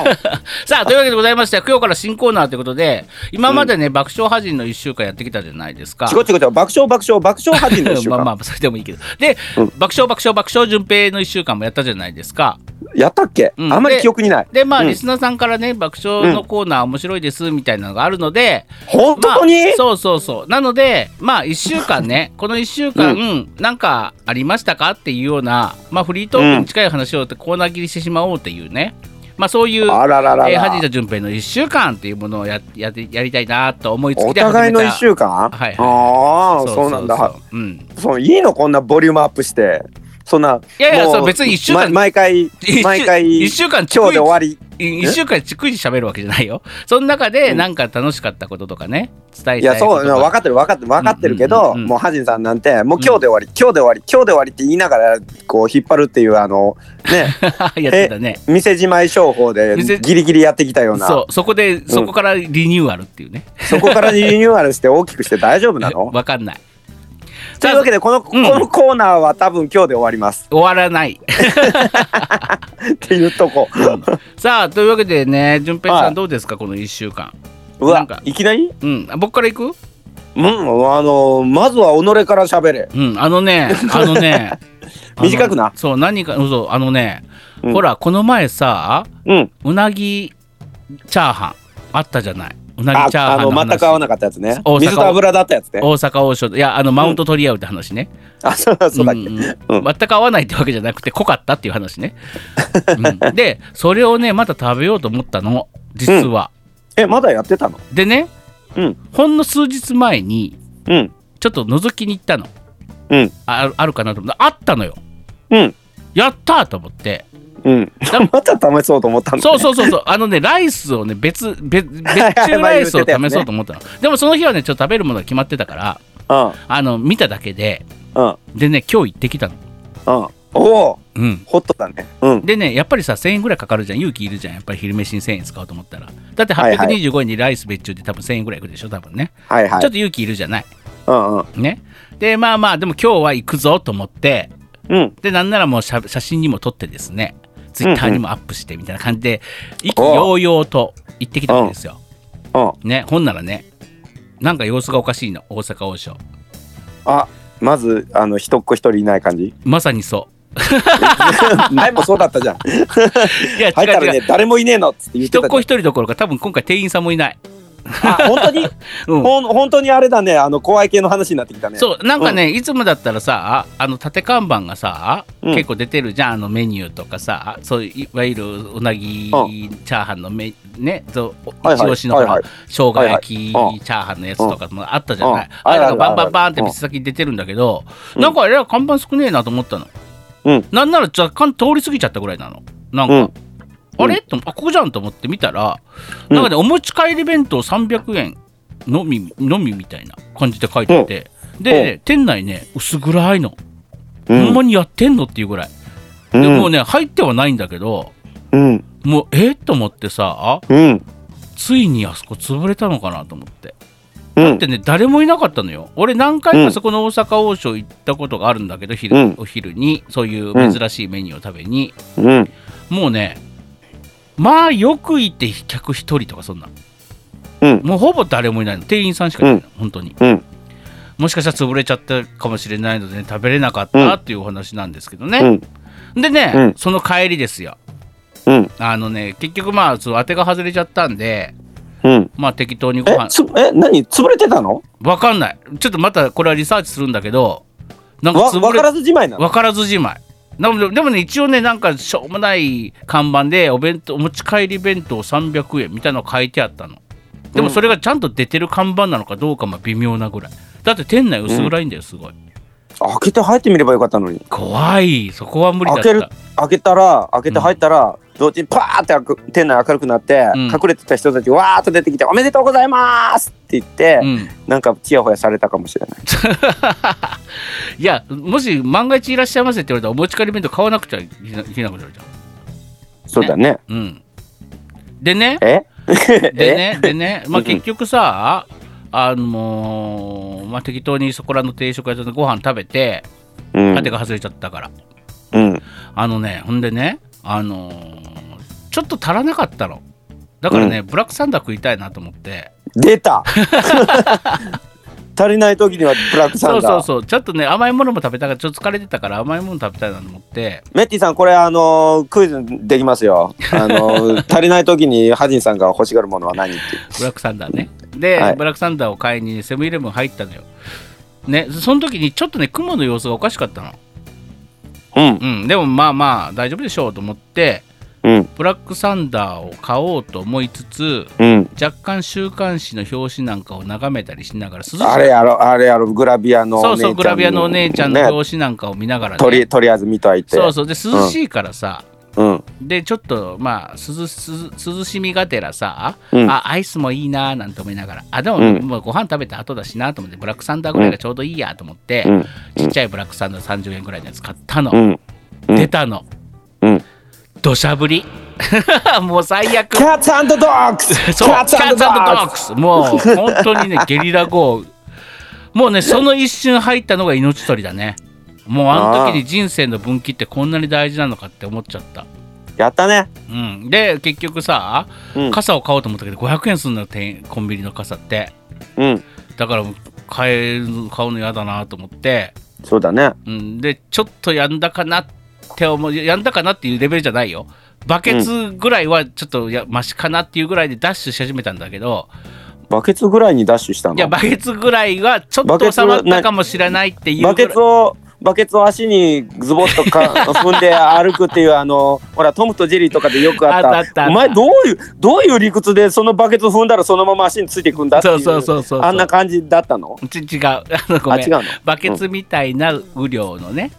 Speaker 1: さあというわけでございまして今日から新コーナーということで今までね、爆笑ハジンの一週間やってきたじゃないですか
Speaker 3: ちこちこちこ、爆笑爆笑爆笑発言の一週
Speaker 1: ま
Speaker 3: 間
Speaker 1: あまあそれでもいいけどで、爆笑爆笑爆笑淳平の一週間もやったじゃないですか
Speaker 3: やったっけ、
Speaker 1: うん
Speaker 3: あんまり記憶にない。
Speaker 1: でまあ、
Speaker 3: うん
Speaker 1: リスナーさんからね爆笑のコーナー面白いですみたいなのがあるので、
Speaker 3: 本当に、
Speaker 1: まあそうそうそうなのでまあ1週 間ねこの1週間、なんかありましたかっていうような、まあ、フリートークに近い話をってコーナー切りしてしまおうというね、まあそういう
Speaker 3: あらららら
Speaker 1: えー恥じた順平の1週間っていうものをややってやりたいなと思いつき
Speaker 3: お
Speaker 1: で始めた
Speaker 3: 互いの一週間、
Speaker 1: はい
Speaker 3: ああそうなんだ
Speaker 1: そううん、
Speaker 3: そういいのこんなボリュームアップしてそんない
Speaker 1: いやいやそう別に一週間
Speaker 3: 毎回
Speaker 1: 一 週
Speaker 3: 毎回
Speaker 1: 一週間逐一
Speaker 3: 今日で終わり
Speaker 1: 1週間逐一喋るわけじゃないよその中でなんか楽しかったこととかね伝え
Speaker 3: い
Speaker 1: た
Speaker 3: や
Speaker 1: い
Speaker 3: そ
Speaker 1: こ
Speaker 3: う
Speaker 1: ととか
Speaker 3: 分かってる分かってる分かってるけ
Speaker 1: うんうん
Speaker 3: ど、
Speaker 1: うんうん
Speaker 3: もうハジンさんなんてもう今日で終わり、今日で終わり今日で終わりって言いながらこう引っ張るっていうあのね
Speaker 1: やってたね
Speaker 3: 店じまい商法で
Speaker 1: 店
Speaker 3: ギリギリやってきたような
Speaker 1: そうそこでそこからリニューアルっていうね、
Speaker 3: そこからリニューアルして大きくして大丈夫なの
Speaker 1: わかんない
Speaker 3: というわけでこの,、
Speaker 1: ん
Speaker 3: このコーナーは多分今日で終わります
Speaker 1: 終わらない
Speaker 3: っていうとこ、
Speaker 1: さあというわけでね順平さ
Speaker 3: は
Speaker 1: ん
Speaker 3: い
Speaker 1: どうですかこの1週間
Speaker 3: う
Speaker 1: なん
Speaker 3: わ
Speaker 1: か
Speaker 3: いきなり
Speaker 1: うんあ僕から行く
Speaker 3: うんあのまずは己から喋れ
Speaker 1: うんあの ねあのねあの
Speaker 3: 短くな
Speaker 1: そう何かそうあのね、
Speaker 3: うん
Speaker 1: ほらこの前さ
Speaker 3: うん
Speaker 1: うなぎチャーハンあったじゃないうな
Speaker 3: あ
Speaker 1: ぎチャーハ
Speaker 3: あ
Speaker 1: ン
Speaker 3: の
Speaker 1: の
Speaker 3: 全
Speaker 1: 話
Speaker 3: く合わなかったやつね
Speaker 1: 大阪
Speaker 3: 水と油だったやつね
Speaker 1: 大阪王将いやあのマウント取り合うって話ね、
Speaker 3: あそうそうだっけ、
Speaker 1: うん
Speaker 3: うん
Speaker 1: 全く合わないってわけじゃなくて濃かったっていう話ね、う んでそれをねまた食べようと思ったの実は、
Speaker 3: えまだやってたの
Speaker 1: でね、
Speaker 3: うん
Speaker 1: ほんの数日前に
Speaker 3: うん
Speaker 1: ちょっと覗きに行ったの、
Speaker 3: うん
Speaker 1: ああるかなと思ってあったのよ
Speaker 3: うん
Speaker 1: やったーと思って
Speaker 3: うん
Speaker 1: だ
Speaker 3: また試そうと思ったんだ、ね、
Speaker 1: そうそ うそうそうあのねライスをね別別別注ライスを試そうと思 ったのでもその日はねちょっと食べるものが決まってたから
Speaker 3: うん
Speaker 1: あの見ただけで
Speaker 3: うんうん
Speaker 1: でね今日行ってきたの
Speaker 3: おお
Speaker 1: うん
Speaker 3: ホットだねうん
Speaker 1: でねやっぱりさ1000円ぐらいかかるじゃん勇気いるじゃんやっぱり昼飯に1000円使おうと思ったらだって
Speaker 3: はいはい
Speaker 1: 825円にライス別注で多分1000円ぐらいいくでしょ多分ね、
Speaker 3: はいは
Speaker 1: ちょっ
Speaker 3: い
Speaker 1: と勇気いるじゃない
Speaker 3: うんうん
Speaker 1: ねでまあまあでも今日は行くぞと思って
Speaker 3: うん
Speaker 1: でなんならもう写写真にも撮ってですねツイッターにもアップしてみたいな感じで意気揚々と行ってきたわけですよ、
Speaker 3: うん
Speaker 1: ねほんならねなんか様子がおかしいの大阪王将
Speaker 3: あまずあの一っ子一人いない 感じ
Speaker 1: まさにそ
Speaker 3: 前もそうだったじゃん入
Speaker 1: ういや違
Speaker 3: った
Speaker 1: う
Speaker 3: ら
Speaker 1: 違
Speaker 3: ね
Speaker 1: う
Speaker 3: 誰もいねえのっつって言ってた
Speaker 1: 一
Speaker 3: じゃん
Speaker 1: 子一人どころか多分今回店員さんもいない
Speaker 5: あ、本当に、
Speaker 1: うん
Speaker 5: ほん本当にあれだね、あの、怖い系の話になってきたね。
Speaker 1: そうなんかね、いつもだったらさあの縦看板がさ、
Speaker 5: うん
Speaker 1: 結構出てるじゃんあのメニューとかさそういういわゆるうなぎチ
Speaker 5: う
Speaker 1: ャーハンのめ、ねそう
Speaker 5: はいはい
Speaker 1: 一押しのほら、
Speaker 5: はいはい
Speaker 1: 生姜焼き、
Speaker 5: はいはいうん
Speaker 1: チャーハンのやつとかもあったじゃない、
Speaker 5: うん
Speaker 1: あれ
Speaker 5: あるあ
Speaker 1: が
Speaker 5: る
Speaker 1: バンバンバンって
Speaker 5: あるある
Speaker 1: 店先に出てるんだけど、
Speaker 5: うん
Speaker 1: なんかあれは看板少ねえなと思ったの、
Speaker 5: うん
Speaker 1: なんなら若干通り過ぎちゃったぐらいなのなんか、
Speaker 5: うん。
Speaker 1: あれとあここじゃんと思って見たら、
Speaker 5: うん
Speaker 1: なんかねお持ち帰り弁当300円のみのみみたいな感じで書いてて、で店内ね薄暗いの、
Speaker 5: うん。
Speaker 1: ほんまにやってんのっていうぐらい、
Speaker 5: う
Speaker 1: で
Speaker 5: ん
Speaker 1: もうね入ってはないんだけど
Speaker 5: うん。
Speaker 1: もうえっと思ってさ
Speaker 5: うん。
Speaker 1: ついにあそこ潰れたのかなと思って
Speaker 5: うん
Speaker 1: で。ね誰もいなかったのよ俺何回かそこの大阪王将行ったことがあるんだけど昼、
Speaker 5: うん
Speaker 1: お昼にそういう珍しいメニューを食べに、
Speaker 5: うん。
Speaker 1: もうねまあよくいて客一人とかそんな、
Speaker 5: うん
Speaker 1: もうほぼ誰もいないの店員さんしかいないの、本当に、
Speaker 5: うん
Speaker 1: もしかしたら潰れちゃったかもしれないので、ね、食べれなかったっていうお話なんですけどね、でね、
Speaker 5: うん
Speaker 1: その帰りですよ
Speaker 5: うん。
Speaker 1: あのね結局まあその当てが外れちゃったんで
Speaker 5: うん。
Speaker 1: まあ適当にご
Speaker 5: え、
Speaker 1: 飯
Speaker 5: つ、え、何潰れてたの
Speaker 1: わかんないちょっとまたこれはリサーチするんだけどなんか
Speaker 5: わ、
Speaker 1: 潰
Speaker 5: わ
Speaker 1: れ
Speaker 5: からずじまいなの
Speaker 1: わからずじまいなのででもね一応ねなんかしょうもない看板でお弁当お持ち帰り弁当300円みたいなの書いてあったのでもそれがちゃんと出てる看板なのかどうかも微妙なぐらいだって店内薄暗いんだよすごい、
Speaker 5: 開けて入ってみればよかったのに。
Speaker 1: 怖いそこは無理だ
Speaker 5: 開
Speaker 1: っ
Speaker 5: ける
Speaker 1: た、
Speaker 5: 開けたら、開けて入ったら、同時にパーって開く店内明るくなって、
Speaker 1: うん
Speaker 5: 隠れてた人たちがわーっと出てきて、おめでとうございますって言って、
Speaker 1: うん、
Speaker 5: なんかチヤホヤされたかもしれない。
Speaker 1: いやもし万が一いらっしゃいませって言われたらお持ち帰り弁当買わなくちゃいけないけなくなるじゃ
Speaker 5: そうだね。
Speaker 1: んうんでね
Speaker 5: え
Speaker 1: で
Speaker 5: え
Speaker 1: ね、でね、まあ、
Speaker 5: うんうん
Speaker 1: 結局さ、あのーまあ、適当にそこらの定食屋さんでご飯食べて、
Speaker 5: うん
Speaker 1: 当てが外れちゃったから、
Speaker 5: うん。
Speaker 1: あのね、ほんでね、あのーちょっと足らなかったの。だからね、ブラックサンダー食いたいなと思って、
Speaker 5: 出た足りない時にはブラックサ
Speaker 1: そ
Speaker 5: ン
Speaker 1: う
Speaker 5: ダー
Speaker 1: そうそう、ちょっとね、甘いものも食べたから、ちょっと疲れてたから、甘いもの食べたいなと思って、
Speaker 5: メッティさんこれあのークイズできますよあ のー足りない時にハジンさんが欲しがるものは何って
Speaker 1: ブラックサンダーね。で、
Speaker 5: はい
Speaker 1: ブラックサンダーを買いにセブンイレブン入ったのよ。ね、その時にちょっとね、雲の様子がおかしかったの。
Speaker 5: うん
Speaker 1: うん、でもまあまあ大丈夫でしょうと思って、
Speaker 5: うん
Speaker 1: ブラックサンダーを買おうと思いつつ
Speaker 5: うん
Speaker 1: 若干週刊誌の表紙なんかを眺めたりしながら涼しい
Speaker 5: あれ やろあれやろグラビアの
Speaker 1: そ
Speaker 5: お
Speaker 1: う
Speaker 5: 姉ちゃん
Speaker 1: そうグラビアのお姉ちゃんの
Speaker 5: ね
Speaker 1: 表紙なんかを見ながら、
Speaker 5: と
Speaker 1: ね
Speaker 5: りとりあえず見といて
Speaker 1: そうそうで涼しいからさ、
Speaker 5: うん
Speaker 1: でちょっとまあ涼し涼しみがてらさ、
Speaker 5: うん
Speaker 1: あアイスもいいなーなんて思いながらあでも、
Speaker 5: うん
Speaker 1: もうご飯食べた後だしなと思ってブラックサンダーぐらいがちょうどいいやと思って、
Speaker 5: うん
Speaker 1: ちっちゃいブラックサンダー30円ぐらいのやつ買ったの、
Speaker 5: うんうん
Speaker 1: 出たの
Speaker 5: うん
Speaker 1: 土砂降り もう最悪
Speaker 5: キャッツドッグス キ
Speaker 1: そうキ
Speaker 5: ャ
Speaker 1: ャ
Speaker 5: ッ
Speaker 1: ッツ
Speaker 5: ツ
Speaker 1: ド
Speaker 5: ドッ
Speaker 1: ッ
Speaker 5: グ
Speaker 1: グスもう本当に ねゲリラ豪雨もうねその一瞬入ったのが命取りだねもうあの時に人生の分岐ってこんなに大事なのかって思っちゃった、
Speaker 5: スやったね
Speaker 1: うん、で結局さ、
Speaker 5: うん
Speaker 1: 傘を買おうと思ったけど500円するのよ店コンビニの傘って
Speaker 5: うん
Speaker 1: だからもう買える買うの嫌だなと思って、
Speaker 5: そうだね
Speaker 1: うん、でちょっとやんだかなって思うやんだかなっていうレベルじゃないよバケツぐらいはちょっとや、マシかなっていうぐらいでダッシュし始めたんだけど
Speaker 5: バケツぐらいにダッシュしたの
Speaker 1: いやバケツぐらいはちょっと収まったかもしれないっていうぐら
Speaker 5: バ
Speaker 1: い
Speaker 5: ケツをバケツを足にズボッと か踏んで歩くっていうあのほらトムとジェリーとかでよくあった
Speaker 1: あったあったあった
Speaker 5: お前どういうどういう理屈でそのバケツ踏んだらそのまま足についていくんだってい
Speaker 1: そううそうそうそう
Speaker 5: あんな感じだったの
Speaker 1: ち違う あのご
Speaker 5: あ
Speaker 1: め
Speaker 5: 違うんの
Speaker 1: バケツみたいな雨量のね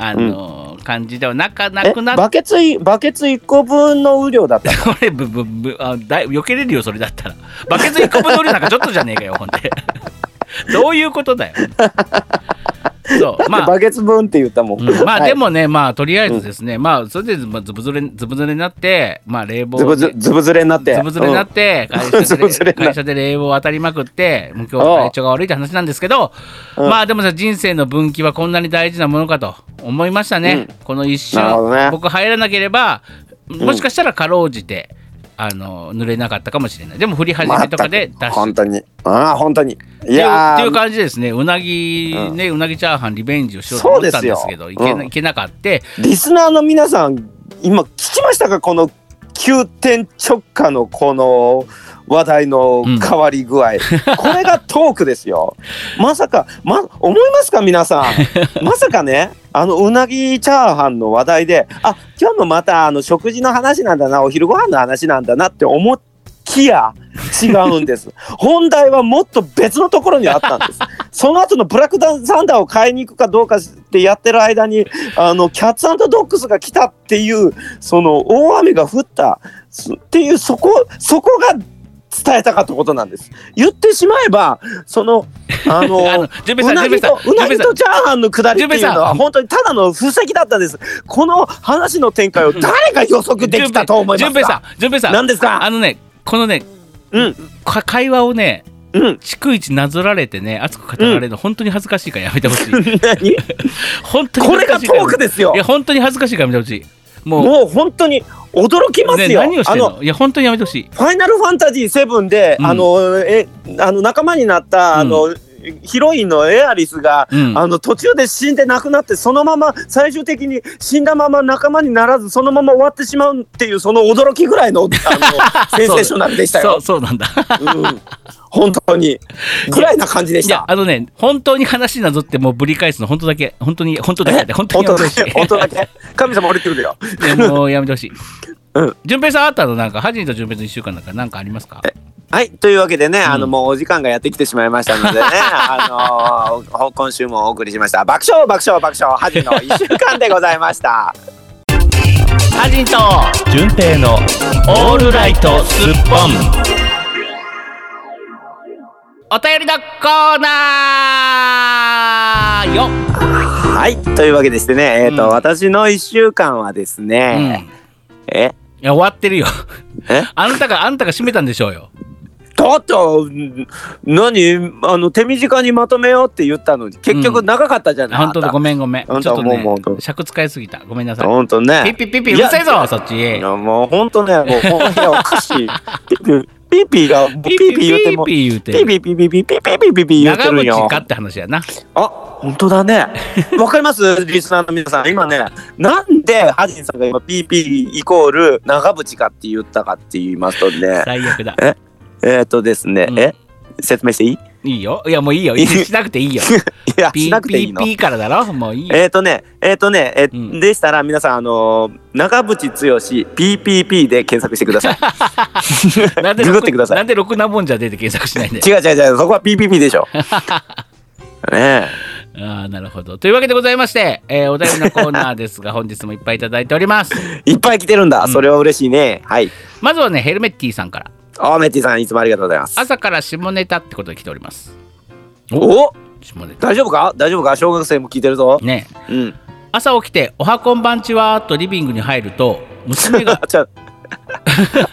Speaker 1: あのー感じではなかな
Speaker 5: え
Speaker 1: くなっ
Speaker 5: バケツいバケツ1個分の雨量だったの
Speaker 1: これぶぶぶ あだい避けれるよそれだったらバケツ1個分の量なんかちょっとじゃねえかよほんで どういうことだよそうまあ
Speaker 5: バケツ分って言ったもん、
Speaker 1: うんまあ
Speaker 5: はい
Speaker 1: でもね、まあとりあえずですね、まあそれでまあずぶずれずぶずれになって、まあ冷房
Speaker 5: ズブズズブズレになって
Speaker 1: ずぶずれになって、
Speaker 5: うん
Speaker 1: 会社
Speaker 5: ず
Speaker 1: で
Speaker 5: ぶずれにな
Speaker 1: 会社で冷房当たりまくって、もう今日は体調が悪いって話なんですけど、
Speaker 5: うん
Speaker 1: まあでもさ、人生の分岐はこんなに大事なものかと思いましたね、この一
Speaker 5: なるほどね
Speaker 1: 瞬、僕入らなければ、もしかしたらかろうじて、あの濡れなかったかもしれない。でも降り
Speaker 5: うん
Speaker 1: 始めとかで
Speaker 5: 全
Speaker 1: 脱
Speaker 5: く
Speaker 1: 出
Speaker 5: 本当にああ本当にい
Speaker 1: っていう
Speaker 5: やー
Speaker 1: っていう感じですね、うなぎ、ね、うなぎチャーハンリベンジをしようと
Speaker 5: そう
Speaker 1: 思っ
Speaker 5: で
Speaker 1: たん
Speaker 5: す
Speaker 1: で
Speaker 5: よ
Speaker 1: すけど、いけな
Speaker 5: うん
Speaker 1: いけなかって、
Speaker 5: リスナーの皆さん今聞きましたかこの
Speaker 3: 急転直下のこの話題の変わり具合、これがトークですよ。まさか、ま、思いますか皆さん。まさかね、あのうなぎチャーハンの話題で、あ今日のまたあの食事の話なんだな、お昼ご飯の話なんだなって思っきや違うんです。本題はもっと別のところにあったんです。その後のブラックサンダーを買いに行くかどうかってやってる間に、あの、キャッツドッグスが来たっていう、その大雨が降ったすっていう、そこ、そこが伝えたかったことなんです。言ってしまえば、その、あの、
Speaker 1: あのジュン
Speaker 3: う
Speaker 1: ペイさんジ
Speaker 3: な
Speaker 1: ュンペイ
Speaker 3: ぎ
Speaker 1: さん
Speaker 3: とうなぎとチャーハンのくだりっていうの
Speaker 1: ジュンペイさ
Speaker 3: は
Speaker 1: ん
Speaker 3: 本当にただの布石だったんです。この話の展開を誰が予測 できたと思い
Speaker 1: ジュ
Speaker 3: ま
Speaker 1: ン
Speaker 3: す
Speaker 1: ペイさ
Speaker 3: か
Speaker 1: ん、ジュンペイさん、
Speaker 3: 何ですか
Speaker 1: あのね、このね、
Speaker 3: うん
Speaker 1: か会話をね、
Speaker 3: うん
Speaker 1: 逐一なぞられてね、熱く語られるの、本当に恥ずかしいからやめてほしい。
Speaker 3: 何
Speaker 1: 本当に
Speaker 3: これ
Speaker 1: 恥ず
Speaker 3: が
Speaker 1: かしい
Speaker 3: ト
Speaker 1: から
Speaker 3: ークですよ
Speaker 1: いや、本当に恥ずかしいからやめてほしい。もう、
Speaker 3: もう本当に驚きます
Speaker 1: ね、
Speaker 3: よ、
Speaker 1: 何をし
Speaker 3: あ
Speaker 1: てん
Speaker 3: の
Speaker 1: のいや、本当にやめてほしい。
Speaker 3: ファイナルファンタジー7で、
Speaker 1: うん
Speaker 3: あのえあの仲間になったあの、ヒロインのエアリスが、
Speaker 1: うん
Speaker 3: あの途中で死んで亡くなってそのまま最終的に死んだまま仲間にならずそのまま終わってしまうっていうその驚きぐらいのあの センセーショナルでした
Speaker 1: そ
Speaker 3: よ
Speaker 1: う、。そうなんだ。
Speaker 3: うん本当にぐらいな感じでし
Speaker 1: いや
Speaker 3: た、。
Speaker 1: あのね、本当に話なぞってもうぶり返すの、本当だけ、本当に、本当だけで、本当
Speaker 3: 本
Speaker 1: にや
Speaker 3: 当
Speaker 1: めて
Speaker 3: だ
Speaker 1: ほしい
Speaker 3: け、本当だけ、神様降りてくるよ。
Speaker 1: いやもうやめてほしい。
Speaker 3: うん
Speaker 1: 順平さんあったのなんか、ハジンと順平の一週間なんか、なんかありますか。
Speaker 3: はい、というわけでね、あの
Speaker 1: うん
Speaker 3: もうお時間がやってきてしまいましたの でね、あのー今週もお送りしました爆笑爆笑爆笑ハジの一週間でございました。
Speaker 1: ハジンと。
Speaker 7: 純平のオールライトスッポン
Speaker 1: お便りのコーナー。よ。
Speaker 3: はい、というわけでしてね、えっ、と、
Speaker 1: うん
Speaker 3: 私の一週間はです
Speaker 1: うん。
Speaker 3: ね、
Speaker 1: い
Speaker 3: え、
Speaker 1: や、終わってるよ。
Speaker 3: え、
Speaker 1: あなたが、あなたが閉めたんでしょうよ。
Speaker 3: だってうん何あの手短にまとめようって言ったのに結
Speaker 1: う
Speaker 3: 局
Speaker 1: ん
Speaker 3: 長かったじゃない。
Speaker 1: 本当だ、ご
Speaker 3: ん。
Speaker 1: めん、ごめん。ちょ
Speaker 3: あ
Speaker 1: っ
Speaker 3: んた
Speaker 1: とね
Speaker 3: もうもう、
Speaker 1: 尺使いすぎた。ごめんなさい。
Speaker 3: 本当ね。
Speaker 1: ピッピッピッピ、うるさいぞ、そっち。
Speaker 3: いやもう本当ね、もうもういやおかしい。ピッピピッピがピッピピ言っても。
Speaker 1: ピー言うて
Speaker 3: ピーピーピーピーピ
Speaker 1: る。
Speaker 3: ーピーピーピーピーピー言って
Speaker 1: 長
Speaker 3: るよ
Speaker 1: 渕。かって話やな。
Speaker 3: あ、本当だね。わかりますリスナーの皆さん。今ね、なんでハジンさんが今ピーピーイコール長渕かって言ったかって言いますとね、
Speaker 1: 最悪 だ。
Speaker 3: えっとですね
Speaker 1: う、ん
Speaker 3: え、説明していい
Speaker 1: いいよ。いや、もう いいよ。いいしなくていいよ。
Speaker 3: いや、
Speaker 1: ピ
Speaker 3: し
Speaker 1: ー
Speaker 3: なく
Speaker 1: ピ
Speaker 3: ていい
Speaker 1: ー
Speaker 3: の
Speaker 1: ピ。ーからだろ。もういいよ。
Speaker 3: えっとね、えっとね、え
Speaker 1: うん
Speaker 3: でしたら皆さん、あのー、長渕剛 PPP で検索してくだ さい。
Speaker 1: なんで
Speaker 3: ググ
Speaker 1: ろ
Speaker 3: ってください
Speaker 1: なんでろくなもんじゃ出て検索しないんだよ。
Speaker 3: 違う違う違う、そこは PPP でしょ。ねえ。
Speaker 1: ああ、なるほど。というわけでございまして、えーお便りのコーナーですが、本日もいっぱいいただいております。
Speaker 3: いっぱい来てるんだ。
Speaker 1: ん
Speaker 3: それは嬉しいね。はい。
Speaker 1: まずはね、ヘルメッティさんから。
Speaker 3: あーメッティさん、いつもありがとうございます。
Speaker 1: 朝から下ネタってことで来ております。
Speaker 3: お
Speaker 1: 下ネタ。
Speaker 3: 大丈夫か大丈夫か小学生も聞いてるぞ。
Speaker 1: ね
Speaker 3: うん。。
Speaker 1: 朝起きて、おはこんばんちはーとリビングに入ると、娘が
Speaker 3: ちょ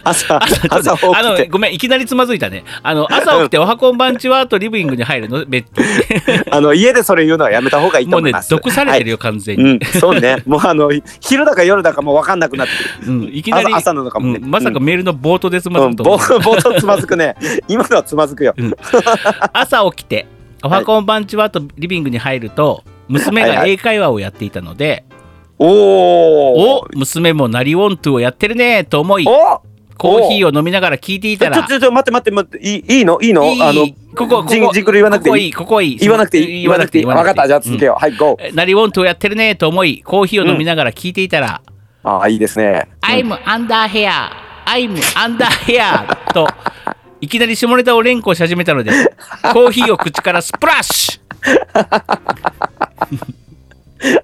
Speaker 3: 朝、朝起
Speaker 1: あ
Speaker 3: き
Speaker 1: の
Speaker 3: て、
Speaker 1: ごめんいきなりつまずいたねあの朝起きて「おはこんばんちは」とリビングに入るのベッド
Speaker 3: あの、家でそれ言うのはやめた方がいいと
Speaker 1: もう
Speaker 3: 思い
Speaker 1: ね
Speaker 3: ます。
Speaker 1: 毒されてるよ完全
Speaker 3: はい。
Speaker 1: に、
Speaker 3: うん、そうね。もうあの、昼だか夜だかもう分かんなくなってくる。
Speaker 1: うんいきなり
Speaker 3: 朝朝なのかもね。
Speaker 1: うんまさか
Speaker 3: うん、
Speaker 1: メールの冒頭でつま
Speaker 3: う
Speaker 1: ず
Speaker 3: ん、
Speaker 1: くと
Speaker 3: ぼ
Speaker 1: 思う、
Speaker 3: ぼとつまずくね。今のはつまずくよ。
Speaker 1: 朝起きて「おはこんばんちは」とリビングに入ると娘
Speaker 3: はい
Speaker 1: が
Speaker 3: はい
Speaker 1: 英会話をやっていたので「
Speaker 3: おー
Speaker 1: お娘もなりウォントゥをやってるね」と思い
Speaker 3: お
Speaker 1: コーヒーを飲みながら聞いてい
Speaker 3: ち
Speaker 1: た
Speaker 3: ょ、ちょ、
Speaker 1: ら
Speaker 3: ちょちょ、待って待って待って、いいいいのいいの
Speaker 1: いい
Speaker 3: あの、
Speaker 1: ここここ
Speaker 3: じんじんくり言わなくていい
Speaker 1: ここいいここいい
Speaker 3: 言わなくていい
Speaker 1: 言わなくていい
Speaker 3: 分かった、じゃあ続け
Speaker 1: よ
Speaker 3: よう。はい、ゴー。
Speaker 1: う、んなりウォントゥをやってるねと思いコーヒーを飲みながら聞いていたら
Speaker 3: ああ、いいですね。
Speaker 1: 「I'm under here I'm under here」といきなり下ネタを連呼し始めたのでコーヒーを口からスプラッシュ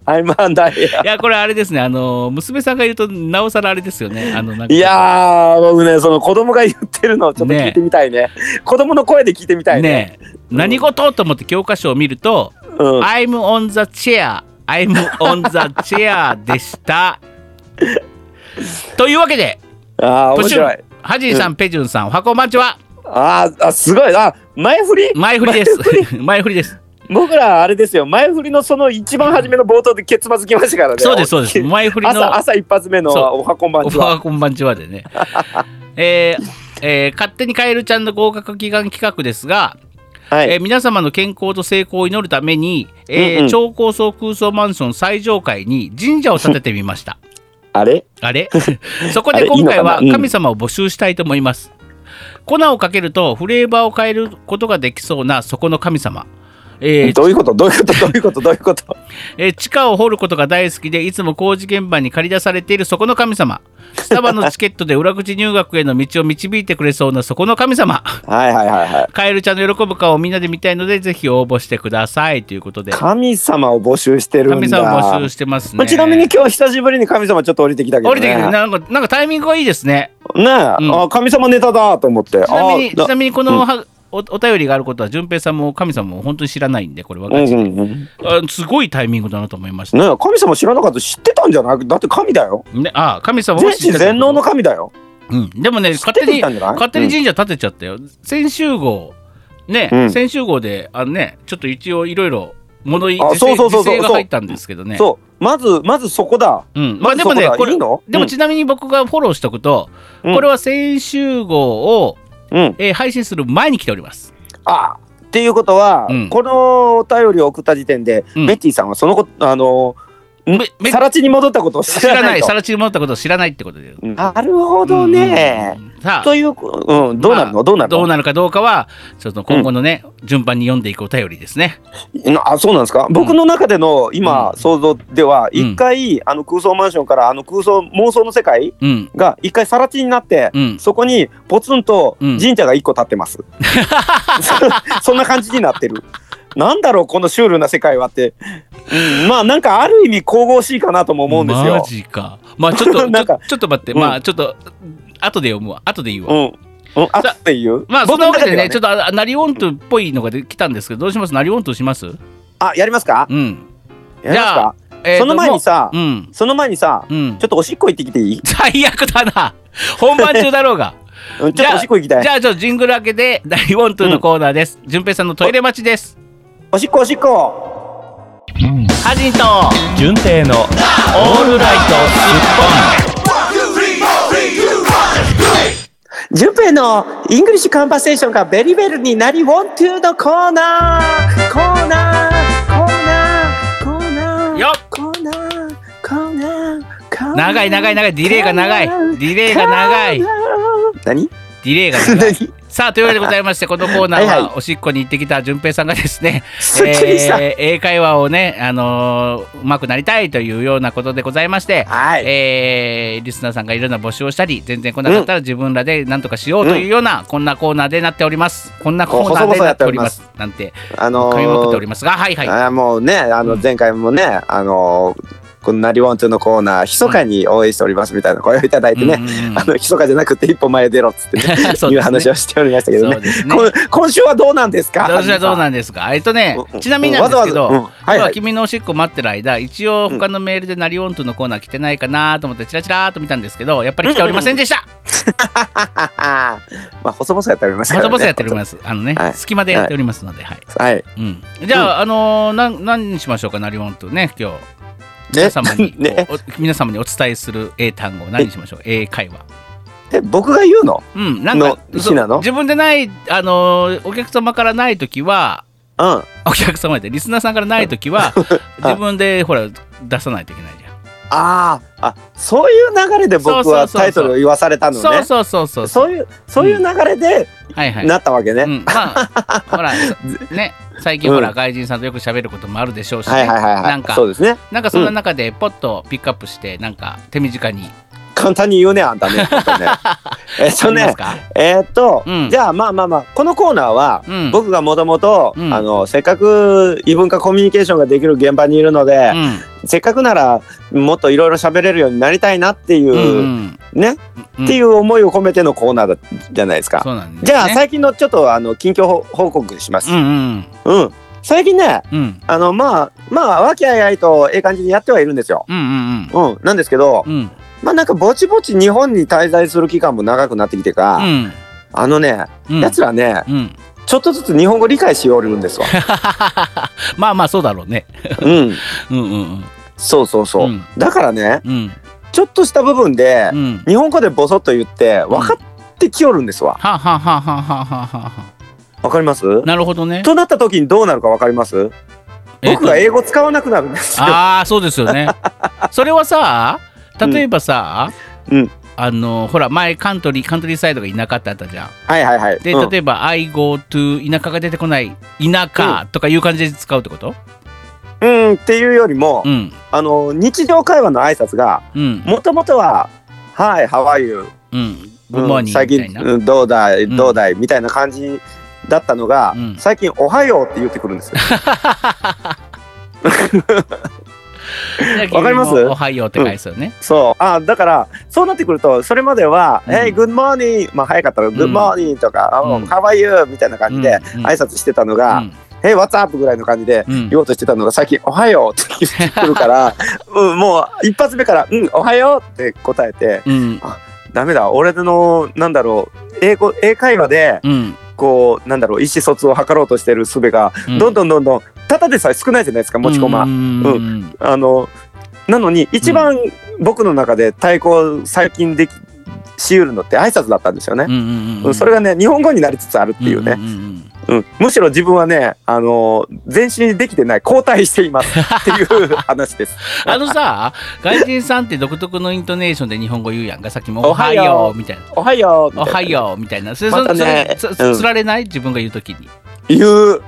Speaker 3: アイマンダイ
Speaker 1: いやこれあれですねあの娘さんがいるとなおさらあれですよねあのなんか
Speaker 3: いやー、僕ね、その子供が言ってるのをちょっと聞いてみたいね。子供の声で聞いてみたいね。
Speaker 1: ねえ何事と思って教科書を見ると「
Speaker 3: うん、
Speaker 1: I'm on the chair」「I'm on the chair」でした。というわけで、
Speaker 3: ああ、面
Speaker 1: 途中
Speaker 3: 白い。
Speaker 1: ハジーさん、ペジュンさん、おはこんばんちは、
Speaker 3: あーあ、すごい。あ、前振り
Speaker 1: 前振りです。前振りです。
Speaker 3: 僕らあれですよ。前振りのその一番初めの冒頭でケツまずきましたからね。
Speaker 1: そうです、そうです。前振りの
Speaker 3: 朝、朝一発目の
Speaker 1: そう
Speaker 3: おはこんばんち
Speaker 1: お
Speaker 3: は。
Speaker 1: はこんばんちはでね。えーえー勝手にカエルちゃんの合格祈願企画ですが、
Speaker 3: は
Speaker 1: えー
Speaker 3: い。
Speaker 1: 皆様の健康と成功を祈るために、えー
Speaker 3: うんうん
Speaker 1: 超高層空想マンション最上階に神社を建ててみました。
Speaker 5: あれ
Speaker 1: あれそこで今回は
Speaker 5: あれいいのかなうん
Speaker 1: 神様を募集したいと思います。粉をかけるとフレーバーを変えることができそうなそこの神様。えー
Speaker 5: どういうことどういうことどういうことどういうこと
Speaker 1: えー地下を掘ることが大好きでいつも工事現場に駆り出されているそこの神様スタバのチケットで 裏口入学への道を導いてくれそうなそこの神様
Speaker 5: はいはいはいはい。
Speaker 1: カエルちゃんの喜ぶ顔をみんなで見たいのでぜひ応募してくださいということで
Speaker 5: 神様を募集してるんだ。
Speaker 1: 神様募集してます
Speaker 5: まあ
Speaker 1: ね
Speaker 5: ちなみに今日久しぶりに神様ちょっと降りてきたけどね。
Speaker 1: 降りてきてなんかなんかタイミングがいいですね
Speaker 5: ねえ、
Speaker 1: うん
Speaker 5: あ神様ネタだと思って。
Speaker 1: ちなみにち
Speaker 5: あ
Speaker 1: なみにこのは、おお便りがあることは順平さんも神様も本当に知らないんでこれは、
Speaker 5: なうんうんうん。
Speaker 1: あすごいタイミングだなと思いました、
Speaker 5: ねえ神様知らなかったら知ってたんじゃないだって神だよ。
Speaker 1: ね、あ神様も
Speaker 5: 全
Speaker 1: 知って
Speaker 5: 知
Speaker 1: たけど
Speaker 5: 全能の神だよ。
Speaker 1: うん、でもね勝手
Speaker 5: て
Speaker 1: に
Speaker 5: きたんじゃない
Speaker 1: 勝手に神社建てちゃったよ、先週号ね、
Speaker 5: うん
Speaker 1: 先週号であのねちょっと一応いろいろ物言い
Speaker 5: あ
Speaker 1: 時
Speaker 5: そうそうそうそう
Speaker 1: 勢が入ったんですけどね
Speaker 5: そう。まず、まずそこだ。
Speaker 1: うん、まあ
Speaker 5: まず
Speaker 1: でもね
Speaker 5: そこだ
Speaker 1: これ
Speaker 5: いいの
Speaker 1: でも
Speaker 5: うん
Speaker 1: ちなみに僕がフォローしておくと、
Speaker 5: うん
Speaker 1: これは先週号を、
Speaker 5: うん。
Speaker 1: えー配信する前に来ております
Speaker 5: あっていうことは、
Speaker 1: うん
Speaker 5: このお便りを送った時点で、
Speaker 1: うん
Speaker 5: ベッティさんはそのこと、あの、
Speaker 1: めめ
Speaker 5: さら地に戻ったことを知
Speaker 1: 知
Speaker 5: ら
Speaker 1: ら
Speaker 5: な
Speaker 1: ないい
Speaker 5: と。
Speaker 1: さらちに戻ったことを知らないってことで
Speaker 5: うんなるほどね。
Speaker 1: うんさあ
Speaker 5: という、うん、どうなる
Speaker 1: まあ
Speaker 5: のどうなるの
Speaker 1: どうなるかどうかはちょっと今後のね、順番に読んでいくお便りですね
Speaker 5: なあそうなんですか、僕の中での今
Speaker 1: うん
Speaker 5: 想像では
Speaker 1: うん
Speaker 5: 一回、あの空想マンションからあの空想妄想の世界
Speaker 1: うん
Speaker 5: が一回更地になって、
Speaker 1: うん
Speaker 5: そこにポツンと
Speaker 1: うん
Speaker 5: 神社が一個建ってます、 そそんな感じになってるなんだろうこのシュールな世界はって、うんまあなんかある意味神々しいかなとも思うんです
Speaker 1: マ
Speaker 5: よ、
Speaker 1: ジか。まあちょ っと
Speaker 5: なんか
Speaker 1: ちょちょっと待って、
Speaker 5: うん
Speaker 1: まあちょっと後で読むわ後でいいわ。
Speaker 5: うんうん、あっていう
Speaker 1: まあそんなわけでね
Speaker 5: 僕の中は
Speaker 1: ちょっとあナリオントっぽいのができたんですけどどうしますナリオントします
Speaker 5: あやりますか
Speaker 1: うん。
Speaker 5: やりますか、
Speaker 1: えーと
Speaker 5: その前にさ、
Speaker 1: もううん
Speaker 5: その前にさ
Speaker 1: うん
Speaker 5: ちょっとおしっこ行ってきていい、
Speaker 1: 最悪だな本番中だろうが。
Speaker 5: うん、 ちょっとおしっこ行きたい
Speaker 1: じゃあちょっとジングル開けてナリオントのコーナーです。順、平さんのトイレ待ちです。
Speaker 5: おしっこおしっこ
Speaker 1: ハジンと
Speaker 6: 純正のオールライト
Speaker 5: ジュンペイのイングリッシュカンパセーションがベリベルになりウォントゥーのコーナーコーナーコーナーコーナー
Speaker 1: よっ
Speaker 5: コーナーコーナーコーナー
Speaker 1: 長い長い長いディレイが長い
Speaker 5: コ
Speaker 1: デ
Speaker 5: ーナー
Speaker 1: ィレイが長い
Speaker 5: コ
Speaker 1: デ
Speaker 5: ーナー何
Speaker 1: ィレイが長い
Speaker 5: 何
Speaker 1: さあというわけでございましてこのコーナー
Speaker 5: はいは
Speaker 1: はおしっこに行ってきた順平さんがですね
Speaker 5: すっきりした
Speaker 1: えー英会話をね、あのーうまくなりたいというようなことでございまして、
Speaker 5: はい
Speaker 1: えーリスナーさんがいろんな募集をしたり全然来なかったら自分らで何とかしようというような、こんなコーナーでなっておりますこんなコーナーでなっておりますなんて
Speaker 5: あの
Speaker 1: 噛みまくってお
Speaker 5: ー
Speaker 1: りますがはいはい
Speaker 5: あーもうねあの
Speaker 1: うん
Speaker 5: 前回もねあのーこのなりウォントゥーのコーナー密かに応援しておりますみたいな声をいただいてね
Speaker 1: うんうんうん
Speaker 5: あの密かじゃなくて一歩前へ出ろっつってね
Speaker 1: そうですね
Speaker 5: いう話をしておりましたけどね
Speaker 1: そうですね
Speaker 5: こん今週はどうなんですか
Speaker 1: 私はどうなんですかえっとね
Speaker 5: うん
Speaker 1: ちなみになんですけど、
Speaker 5: わざわざうんはいは
Speaker 1: 今
Speaker 5: い
Speaker 1: 日は君のおしっこ待ってる間一応他のメールで「なりおんと」のコーナー来てないかなと思ってチラチラーっと見たんですけどやっぱり来ておりませんでした
Speaker 5: あーまあ細々やっておりますから
Speaker 1: 細
Speaker 5: ね。
Speaker 1: 々やっており ますあのね
Speaker 5: はい
Speaker 1: 隙間でやっておりますのではい
Speaker 5: はい。
Speaker 1: うんじゃああのーなん何にしましょうかなりおんとね今日皆様に
Speaker 5: ね
Speaker 1: おお皆様にお伝えする英単語何にしましょう英会話
Speaker 5: え僕が言うの？
Speaker 1: うんなんか
Speaker 5: の
Speaker 1: そ
Speaker 5: 日なの
Speaker 1: 自分でないあのーお客様からない時は
Speaker 5: うん。
Speaker 1: お客様でリスナーさんからない時 は自分でほら出さないといけないじゃん
Speaker 5: あーあそういう流れで僕は
Speaker 1: そうそうそうそう
Speaker 5: タイトルを言わされたのね。
Speaker 1: そうそうそうそう
Speaker 5: そういうそういう流れで
Speaker 1: はいはい
Speaker 5: なったわけね。
Speaker 1: うん、まあほら ね最近ほら外人さんとよく喋ることもあるでしょうしね、
Speaker 5: はいはいはいはい。
Speaker 1: なんか
Speaker 5: そうですね。
Speaker 1: なんかそんな中でポッとピックアップしてなんか手短に
Speaker 5: 簡単に言うねあんたね。本 当ねえっ
Speaker 1: あ
Speaker 5: と
Speaker 1: ります
Speaker 5: ね
Speaker 1: か、
Speaker 5: えーっと、
Speaker 1: うん
Speaker 5: じゃあまあまあまあこのコーナーは。
Speaker 1: うん
Speaker 5: 僕がもともと
Speaker 1: うん
Speaker 5: せっかく異文化コミュニケーションができる現場にいるので、
Speaker 1: うん
Speaker 5: せっかくならもっといろいろ喋れるようになりたいなっていうう、
Speaker 1: ん
Speaker 5: ね、
Speaker 1: うん
Speaker 5: っていう思いを込めてのコーナーだじゃないですか。
Speaker 1: そうなんです、ね、
Speaker 5: じゃあ最近のちょっとあの近況報報告します
Speaker 1: う。んうん
Speaker 5: うん、最近ね
Speaker 1: うん
Speaker 5: あのまあまあ和気あいあいとええ感じにやってはいるんですよ。
Speaker 1: うんうん
Speaker 5: うん、なんですけど、
Speaker 1: うんうん
Speaker 5: まあなんかぼちぼち日本に滞在する期間も長くなってきてか、
Speaker 1: うん
Speaker 5: あのね、
Speaker 1: うん
Speaker 5: やつらね
Speaker 1: うん、
Speaker 5: ちょっとずつ日本語理解しおるんです わ。
Speaker 1: まあまあそうだろうね。
Speaker 5: うん、
Speaker 1: うんうんうん
Speaker 5: そうそうそ
Speaker 1: う
Speaker 5: う。
Speaker 1: ん
Speaker 5: だからね
Speaker 1: うん
Speaker 5: ちょっとした部分で、
Speaker 1: うん。
Speaker 5: 日本語でボソッと言って分かってきおるんですわ。
Speaker 1: はあ、はあはあはあはあはあは
Speaker 5: わかります
Speaker 1: あ、なるほどね。
Speaker 5: となった時にどうなるかわかります
Speaker 1: えっと
Speaker 5: 僕が英語使わなくなるんですよ。
Speaker 1: ああそうですよね。それはさ例えばさ、
Speaker 5: うん
Speaker 1: あのほら前カントリーカントリーサイドが田舎ってあったじゃん
Speaker 5: はいはいはい。
Speaker 1: で、
Speaker 5: うん
Speaker 1: 例えば「I go to 田舎」が出てこない「田舎」とかいう感じで使うってこと
Speaker 5: うん、っていうよりも、
Speaker 1: うん
Speaker 5: あの日常会話の挨拶が
Speaker 1: うん
Speaker 5: もともとは「はい、ハワイユ
Speaker 1: うん「グッモー
Speaker 5: ー
Speaker 1: ニン
Speaker 5: 最
Speaker 1: グ」みたい
Speaker 5: 近
Speaker 1: な、
Speaker 5: うんどうだい
Speaker 1: うん
Speaker 5: どうだい」みたいな感じだったのが、
Speaker 1: うん
Speaker 5: 最近「おはよう」って言ってくるんですよ。わかります
Speaker 1: おはよう」って返すよね、
Speaker 5: そうあだからそうなってくるとそれまでは「
Speaker 1: うん
Speaker 5: え Hey, good morning」まあ早かったら
Speaker 1: ん
Speaker 5: 「Good morning」とか「
Speaker 1: うん
Speaker 5: How are you?」みたいな感じで
Speaker 1: うんうん
Speaker 5: 挨拶してたのが「Hey, what's up?」ぐらいの感じで
Speaker 1: うん
Speaker 5: 言おうとしてたのが最近「おはよう」って言ってく るから、うん、もう一発目から「うんおはよう」って答えて
Speaker 1: うんうん
Speaker 5: ダメだ俺のなんだろう英語英会話で
Speaker 1: うん
Speaker 5: こうなんだろう意思疎通を図ろうとしてる術が
Speaker 1: うん
Speaker 5: どんどんどんどんただでさえ少ないじゃないですか持ち駒。
Speaker 1: うんうん
Speaker 5: あのなのに一番僕の中で対抗最近できしうるのって挨拶だったんですよね
Speaker 1: う。んう
Speaker 5: うんんそれがね日本語になりつつあるっていう
Speaker 1: う
Speaker 5: ね、
Speaker 1: んうんうん
Speaker 5: うん、むしろ自分はねあの全身できてない後退していますっていう話です。
Speaker 1: あのさ、外人さんって独特のイントネーションで日本語言うやんか、さっきもお
Speaker 5: お
Speaker 1: は
Speaker 5: は
Speaker 1: よ
Speaker 5: よ
Speaker 1: うみたいな。
Speaker 5: おはよう
Speaker 1: おは
Speaker 5: う
Speaker 1: ようみたいな。それ、
Speaker 5: またね
Speaker 1: それ、
Speaker 5: う
Speaker 1: そ
Speaker 5: ん
Speaker 1: つられない自分が言うときに。
Speaker 5: 言う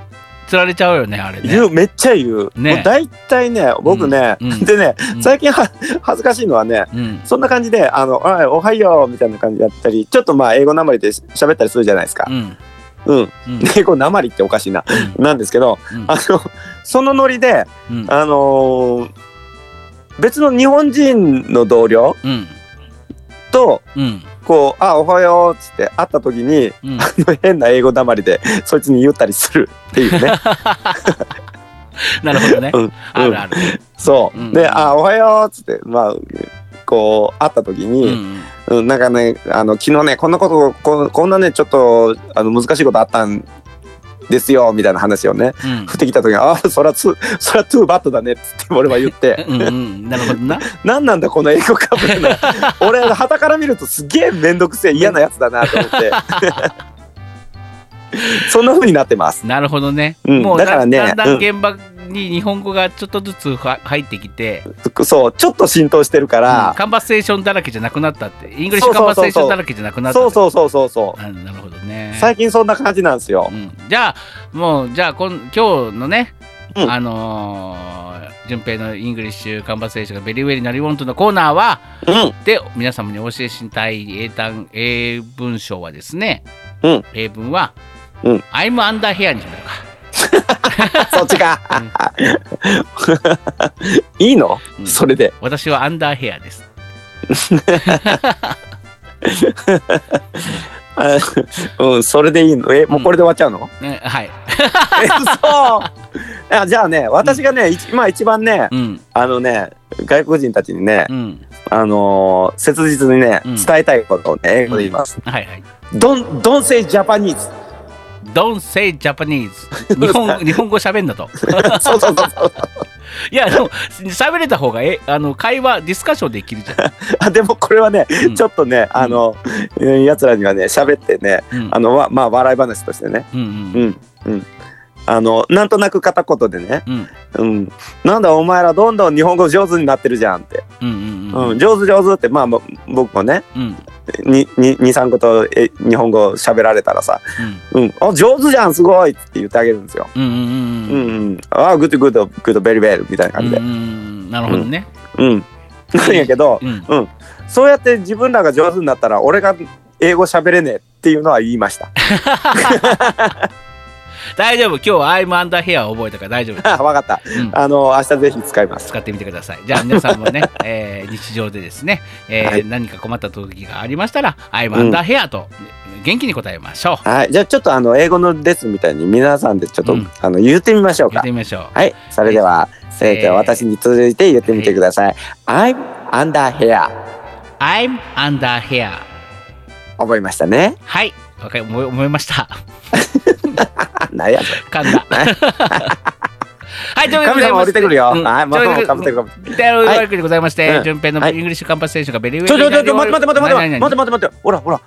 Speaker 1: つられちゃうよね、あれね。
Speaker 5: 言うめっちゃ言う。
Speaker 1: ね
Speaker 5: もう大体ね僕ね、
Speaker 1: うんうん
Speaker 5: でね
Speaker 1: うん
Speaker 5: 最近は恥ずかしいのはね
Speaker 1: うん。
Speaker 5: そんな感じで「あのおいおはよう」みたいな感じだったりちょっとまあ英語なまりで喋ったりするじゃないですか
Speaker 1: う。ん。
Speaker 5: う
Speaker 1: う
Speaker 5: ん
Speaker 1: ん。
Speaker 5: 英語なまりっておかしいな。なんですけど、
Speaker 1: うん
Speaker 5: あの そのノリで、
Speaker 1: うん。
Speaker 5: あのー別の日本人の同僚
Speaker 1: うん。
Speaker 5: と
Speaker 1: うん。
Speaker 5: こう「あおはよう」っつって会った時に
Speaker 1: うん。
Speaker 5: 変な英語だまりでそいつに言ったりするっていう ね。
Speaker 1: なるほどね
Speaker 5: うんうん。
Speaker 1: あるある。
Speaker 5: そう、
Speaker 1: うん
Speaker 5: で「あおはよう」っつってまあこう会った時
Speaker 1: うんう
Speaker 5: に、
Speaker 1: ん。
Speaker 5: うんなんかねあの昨日ねこんなことここんなねちょっとあの難しいことあったんですよみたいな話をね
Speaker 1: うん
Speaker 5: 振ってきた時に「あそらつそらトゥーバットだね」っつって俺は言って。
Speaker 1: うんうん。なるほどな。
Speaker 5: 何なんだこの英語かぶ れの俺はたから見るとすげえ面倒くせえ嫌なやつだなと思って そんな風になってます
Speaker 1: なるほどね。
Speaker 5: うん
Speaker 1: もう
Speaker 5: だからね
Speaker 1: だんだん
Speaker 5: うん
Speaker 1: 現場に日本語がちょっとずつは入ってきて、
Speaker 5: そうちょっと浸透してるか
Speaker 1: カ
Speaker 5: ら、
Speaker 1: ンバセーションだらけじゃなくなったって。イングリッシュカンバセーションだらけじゃなくなったって
Speaker 5: そうそうそうそうそ
Speaker 1: あ
Speaker 5: う
Speaker 1: なるほどね。
Speaker 5: 最近そんな感じなんですよ
Speaker 1: う、ん、じゃあもうじゃあこん今日のね、
Speaker 5: うん
Speaker 1: あのー順平のイングリッシュカンバセーションがベリーウェリーなりウォントのコーナーは
Speaker 5: うん、
Speaker 1: で皆様にお教えしたい英単英文章はですね、
Speaker 5: うん
Speaker 1: 英文は、
Speaker 5: うん、
Speaker 1: I'm under here にしましょうか
Speaker 5: そっちか いいの、
Speaker 1: うん
Speaker 5: それで
Speaker 1: 私は under here です
Speaker 5: あうんそれでいいのえもうこれで終わっちゃ うの、
Speaker 1: ねはい
Speaker 5: えそうあじゃあね私がね一今一番ね
Speaker 1: うん
Speaker 5: あのね外国人たちにね、
Speaker 1: うん
Speaker 5: あのー切実にね、
Speaker 1: うん
Speaker 5: 伝えたいことをね、英語で言います。
Speaker 1: はいはい
Speaker 5: どん、どんせいジャ パニーズ。
Speaker 1: Don't say Japanese 日本日本語喋んだ と
Speaker 5: そうそうそうそう。
Speaker 1: いやでも喋れた方がえあの会話ディスカッションできるじゃん、
Speaker 5: あ、でもこれはね、
Speaker 1: うん
Speaker 5: ちょっとね、あの、うん奴らにはね、喋ってね、
Speaker 1: うん
Speaker 5: あの、わまあ、笑い話としてね、
Speaker 1: うんう
Speaker 5: うんん、うん。あの、なんとなく片言でね、
Speaker 1: うん
Speaker 5: うん。なんだお前らどんどん日本語上手になってるじゃんって。
Speaker 1: うんうんうん
Speaker 5: うん、上手上手って、まあ、も僕もね、
Speaker 1: うん
Speaker 5: に、に、二三ことえ日本語喋られたらさ、うん、あ、上手じゃん、すごいって言ってあげるんですよ。
Speaker 1: うんうんうん
Speaker 5: う
Speaker 1: うん
Speaker 5: んうん、ああグッドグッドグッドベリベルみたいな感じ
Speaker 1: う
Speaker 5: で
Speaker 1: んうんなるほどね
Speaker 5: うん、なんやけど
Speaker 1: うん
Speaker 5: そうやって自分らが上手になったら俺が英語喋れねえっていうのは言いま した
Speaker 1: 大丈夫今日は I'm under here を覚えたから大丈夫
Speaker 5: あわかった
Speaker 1: うん
Speaker 5: あの明日ぜひ使います
Speaker 1: 使ってみてくださいじゃあ皆さんもね、えー日常でですね、えー
Speaker 5: はい
Speaker 1: 何か困った時がありましたら I'm under here と元気に答えましょう
Speaker 5: はいじゃあちょっとあの英語のレッスンみたいに皆さんでちょっと、
Speaker 1: うん
Speaker 5: あの言ってみましょう
Speaker 1: 言っ
Speaker 5: か
Speaker 1: てみましょう
Speaker 5: はいそれでは
Speaker 1: ー
Speaker 5: 正解私に続いて言ってみてください、I'm under here
Speaker 1: I'm under here
Speaker 5: 覚えましたね
Speaker 1: はいわかり思い思いました
Speaker 5: あなんやそれ
Speaker 1: 噛ん だはいというわけ
Speaker 5: 神
Speaker 1: で
Speaker 5: 様
Speaker 1: ご
Speaker 5: 降り
Speaker 1: ざ
Speaker 5: て
Speaker 1: いまし
Speaker 5: くる
Speaker 1: て
Speaker 5: よ、
Speaker 1: うん
Speaker 5: はいまたも
Speaker 1: というう
Speaker 5: か
Speaker 1: わ
Speaker 5: ぶっ
Speaker 1: けで
Speaker 5: てくる
Speaker 1: というわけでございまして、
Speaker 5: うん
Speaker 1: 順平のイングリッシュカンパセーションがベリーウェイ
Speaker 5: ちょちょちょちょ待って待って待って待って待って待って待って待ってほらほら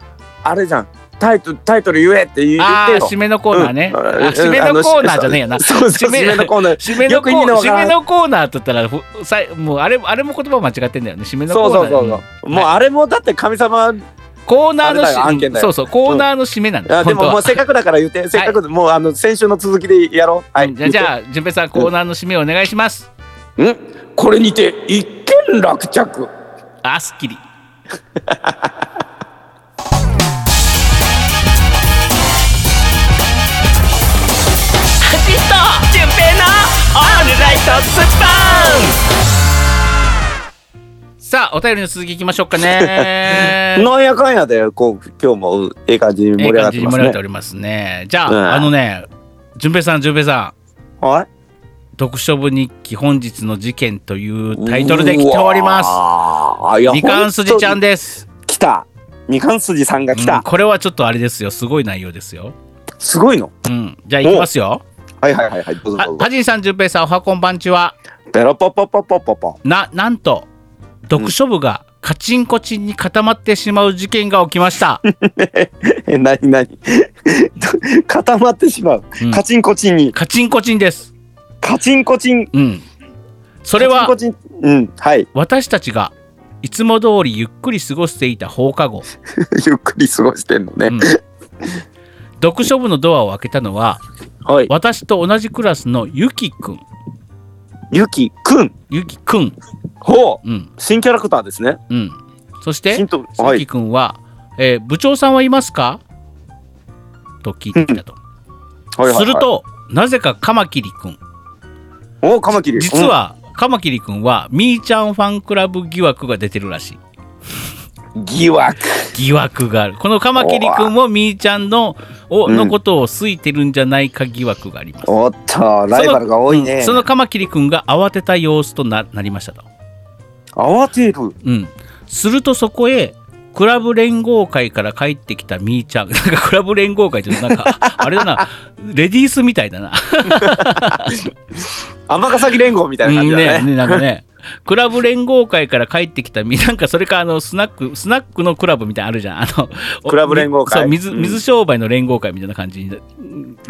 Speaker 5: あれじゃんタイトル、タイトル言えって言言っ
Speaker 1: あ
Speaker 5: て
Speaker 1: あ
Speaker 5: よ。
Speaker 1: 締めのコーナーね、
Speaker 5: うん
Speaker 1: あ
Speaker 5: うん
Speaker 1: 締めのコーナーじゃねえよな
Speaker 5: そうそう締めのコーナー
Speaker 1: 締めの
Speaker 5: よ
Speaker 1: コ
Speaker 5: く意味のわか
Speaker 1: 締
Speaker 5: らん
Speaker 1: めのコーナーって言ったらふさいもうあれあれも言葉間違ってんだよね締めのコ
Speaker 5: そ
Speaker 1: ー
Speaker 5: う
Speaker 1: ナー
Speaker 5: そうそうそう。もうあれもだって神様、
Speaker 1: コーナーの
Speaker 5: あれだよ案件だよ
Speaker 1: そうそうコーナーの締めなんだよ、
Speaker 5: あでも
Speaker 1: 本当
Speaker 5: もう
Speaker 1: は
Speaker 5: せっかくだから言って、せっかくもうあの先週の続きでやろう。は
Speaker 1: う
Speaker 5: い。
Speaker 1: んじゃあじゃあ順平さんコーナーの締めお願いします、
Speaker 5: んこれにて一件落着。
Speaker 1: あすっきり
Speaker 6: ジと純平のオールライトスッポ
Speaker 1: さあお便りの続きいきましょうかね
Speaker 5: なんやかんやで、こう、今日もええ感じに
Speaker 1: え
Speaker 5: 盛り
Speaker 1: え
Speaker 5: 上が
Speaker 1: 感
Speaker 5: っ
Speaker 1: じ
Speaker 5: て
Speaker 1: に
Speaker 5: ま
Speaker 1: 盛
Speaker 5: す
Speaker 1: り上がってお
Speaker 5: ね。
Speaker 1: りますねじゃあ、
Speaker 5: うん
Speaker 1: あのね順平さん順平さん
Speaker 5: はい。
Speaker 1: 読書部日記本日の事件というタイトルで来ております
Speaker 5: あ、いや、
Speaker 1: みかんすじちゃんです
Speaker 5: ほんと来た。みかんすじさんが来
Speaker 1: うん
Speaker 5: た。
Speaker 1: これはちょっとあれですよすごい内容ですよ、
Speaker 5: すごいの。
Speaker 1: うん、じゃあいきますよ
Speaker 5: はいはいはいはい。どうぞ
Speaker 1: あ
Speaker 5: どうぞ
Speaker 1: タ。ジンさんじゅんぺいさんおはこんばんちは
Speaker 5: ペロポポポポポポ。
Speaker 1: ななんと読書部がカチンコチンに固まってしまう事件が起きました、
Speaker 5: え、なになに固まってしまう。
Speaker 1: うん
Speaker 5: カチンコチンに。
Speaker 1: カチンコチンです
Speaker 5: カチンコチン。
Speaker 1: うんそれは
Speaker 5: カチンコチン。うん。はい。
Speaker 1: 私たちがいつも通りゆっくり過ごしていた放課後、
Speaker 5: ゆっくり過ごしてんの
Speaker 1: う
Speaker 5: ね
Speaker 1: ん。読書部のドアを開けたのは
Speaker 5: はい。
Speaker 1: 私と同じクラスのゆきくん
Speaker 5: ゆきくん。
Speaker 1: ゆきくん
Speaker 5: ほう。
Speaker 1: うん
Speaker 5: 新キャラクターですね。
Speaker 1: うんそして
Speaker 5: 新と。は
Speaker 1: 鈴木
Speaker 5: い。
Speaker 1: 君は、えー部長さんはいますかと聞いてきたと、
Speaker 5: はいはいはい
Speaker 1: する。となぜかカマキリ君
Speaker 5: おカマキリ。
Speaker 1: 実は、カマキリ君はみーちゃんファンクラブ疑惑が出てるらしい
Speaker 5: うん。疑惑。
Speaker 1: 疑惑があるこのカマキリ君もみーちゃんのを
Speaker 5: うん
Speaker 1: のことを好いてるんじゃないか疑惑があります、
Speaker 5: おっと、ライバルが多いね。
Speaker 1: そのカマキリ君が慌てた様子とななりましたと、
Speaker 5: 慌てる。
Speaker 1: うん、するとそこへクラブ連合会から帰ってきたみーちゃん なんかクラブ連合会ってなん かあれだなレディースみたいだな
Speaker 5: 尼崎連合みたいな感じだ
Speaker 1: うん
Speaker 5: ね。
Speaker 1: ねなんかねクラブ連合会から帰ってきたみ なんかそれかあのスナックスナックのクラブみたいなのあるじゃんあの
Speaker 5: クラブ連合会
Speaker 1: そう水
Speaker 5: うん
Speaker 1: 水商売の連合会みたいな感じにっ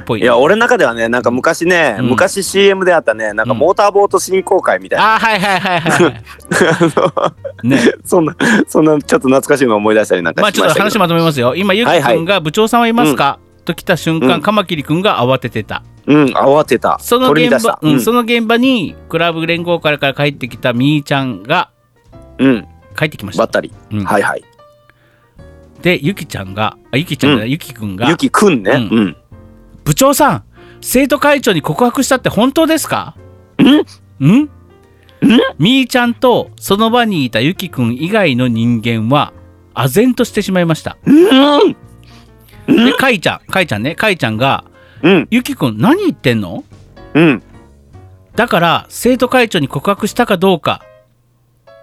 Speaker 1: ぽい
Speaker 5: いや、俺の中ではね、なんか昔ね、
Speaker 1: うん
Speaker 5: 昔 CM であったね、なんかモーターボート振興会みたいな、
Speaker 1: あーはいはいはいはいはいね
Speaker 5: そんな、そんなちょっと懐かしいの思い出したりなんかし
Speaker 1: ま
Speaker 5: ま
Speaker 1: あ
Speaker 5: し
Speaker 1: ちょったと
Speaker 5: けど。
Speaker 1: 話まとめますよ今ゆ
Speaker 5: は
Speaker 1: き
Speaker 5: いは
Speaker 1: くん
Speaker 5: い
Speaker 1: が部長さんはいますか、と来た瞬間、
Speaker 5: うん
Speaker 1: カマキリくんが慌ててた
Speaker 5: うん、慌てた。
Speaker 1: その
Speaker 5: 取り
Speaker 1: 現
Speaker 5: 乱し
Speaker 1: 場
Speaker 5: た。、
Speaker 1: うん
Speaker 5: うん、
Speaker 1: その現場にクラブ連合会から帰ってきたみーちゃんが
Speaker 5: うん、
Speaker 1: 帰ってきまし
Speaker 5: ば
Speaker 1: た
Speaker 5: っ、たり。
Speaker 1: うん
Speaker 5: はいはい。
Speaker 1: でゆきちゃんがあゆきちゃんじゃない、ゆきくんが
Speaker 5: ゆきくんね。
Speaker 1: う
Speaker 5: うん。
Speaker 1: 部長さん生徒会長に告白したって本当ですかんんみーちゃんとその場にいたゆきくん以外の人間は唖然としてしまいました
Speaker 5: うん。
Speaker 1: でかいちゃんかいちゃんねかいちゃんが
Speaker 5: うん。
Speaker 1: ゆきくん何言ってんの
Speaker 5: うん。
Speaker 1: だから生徒会長に告白したかどうか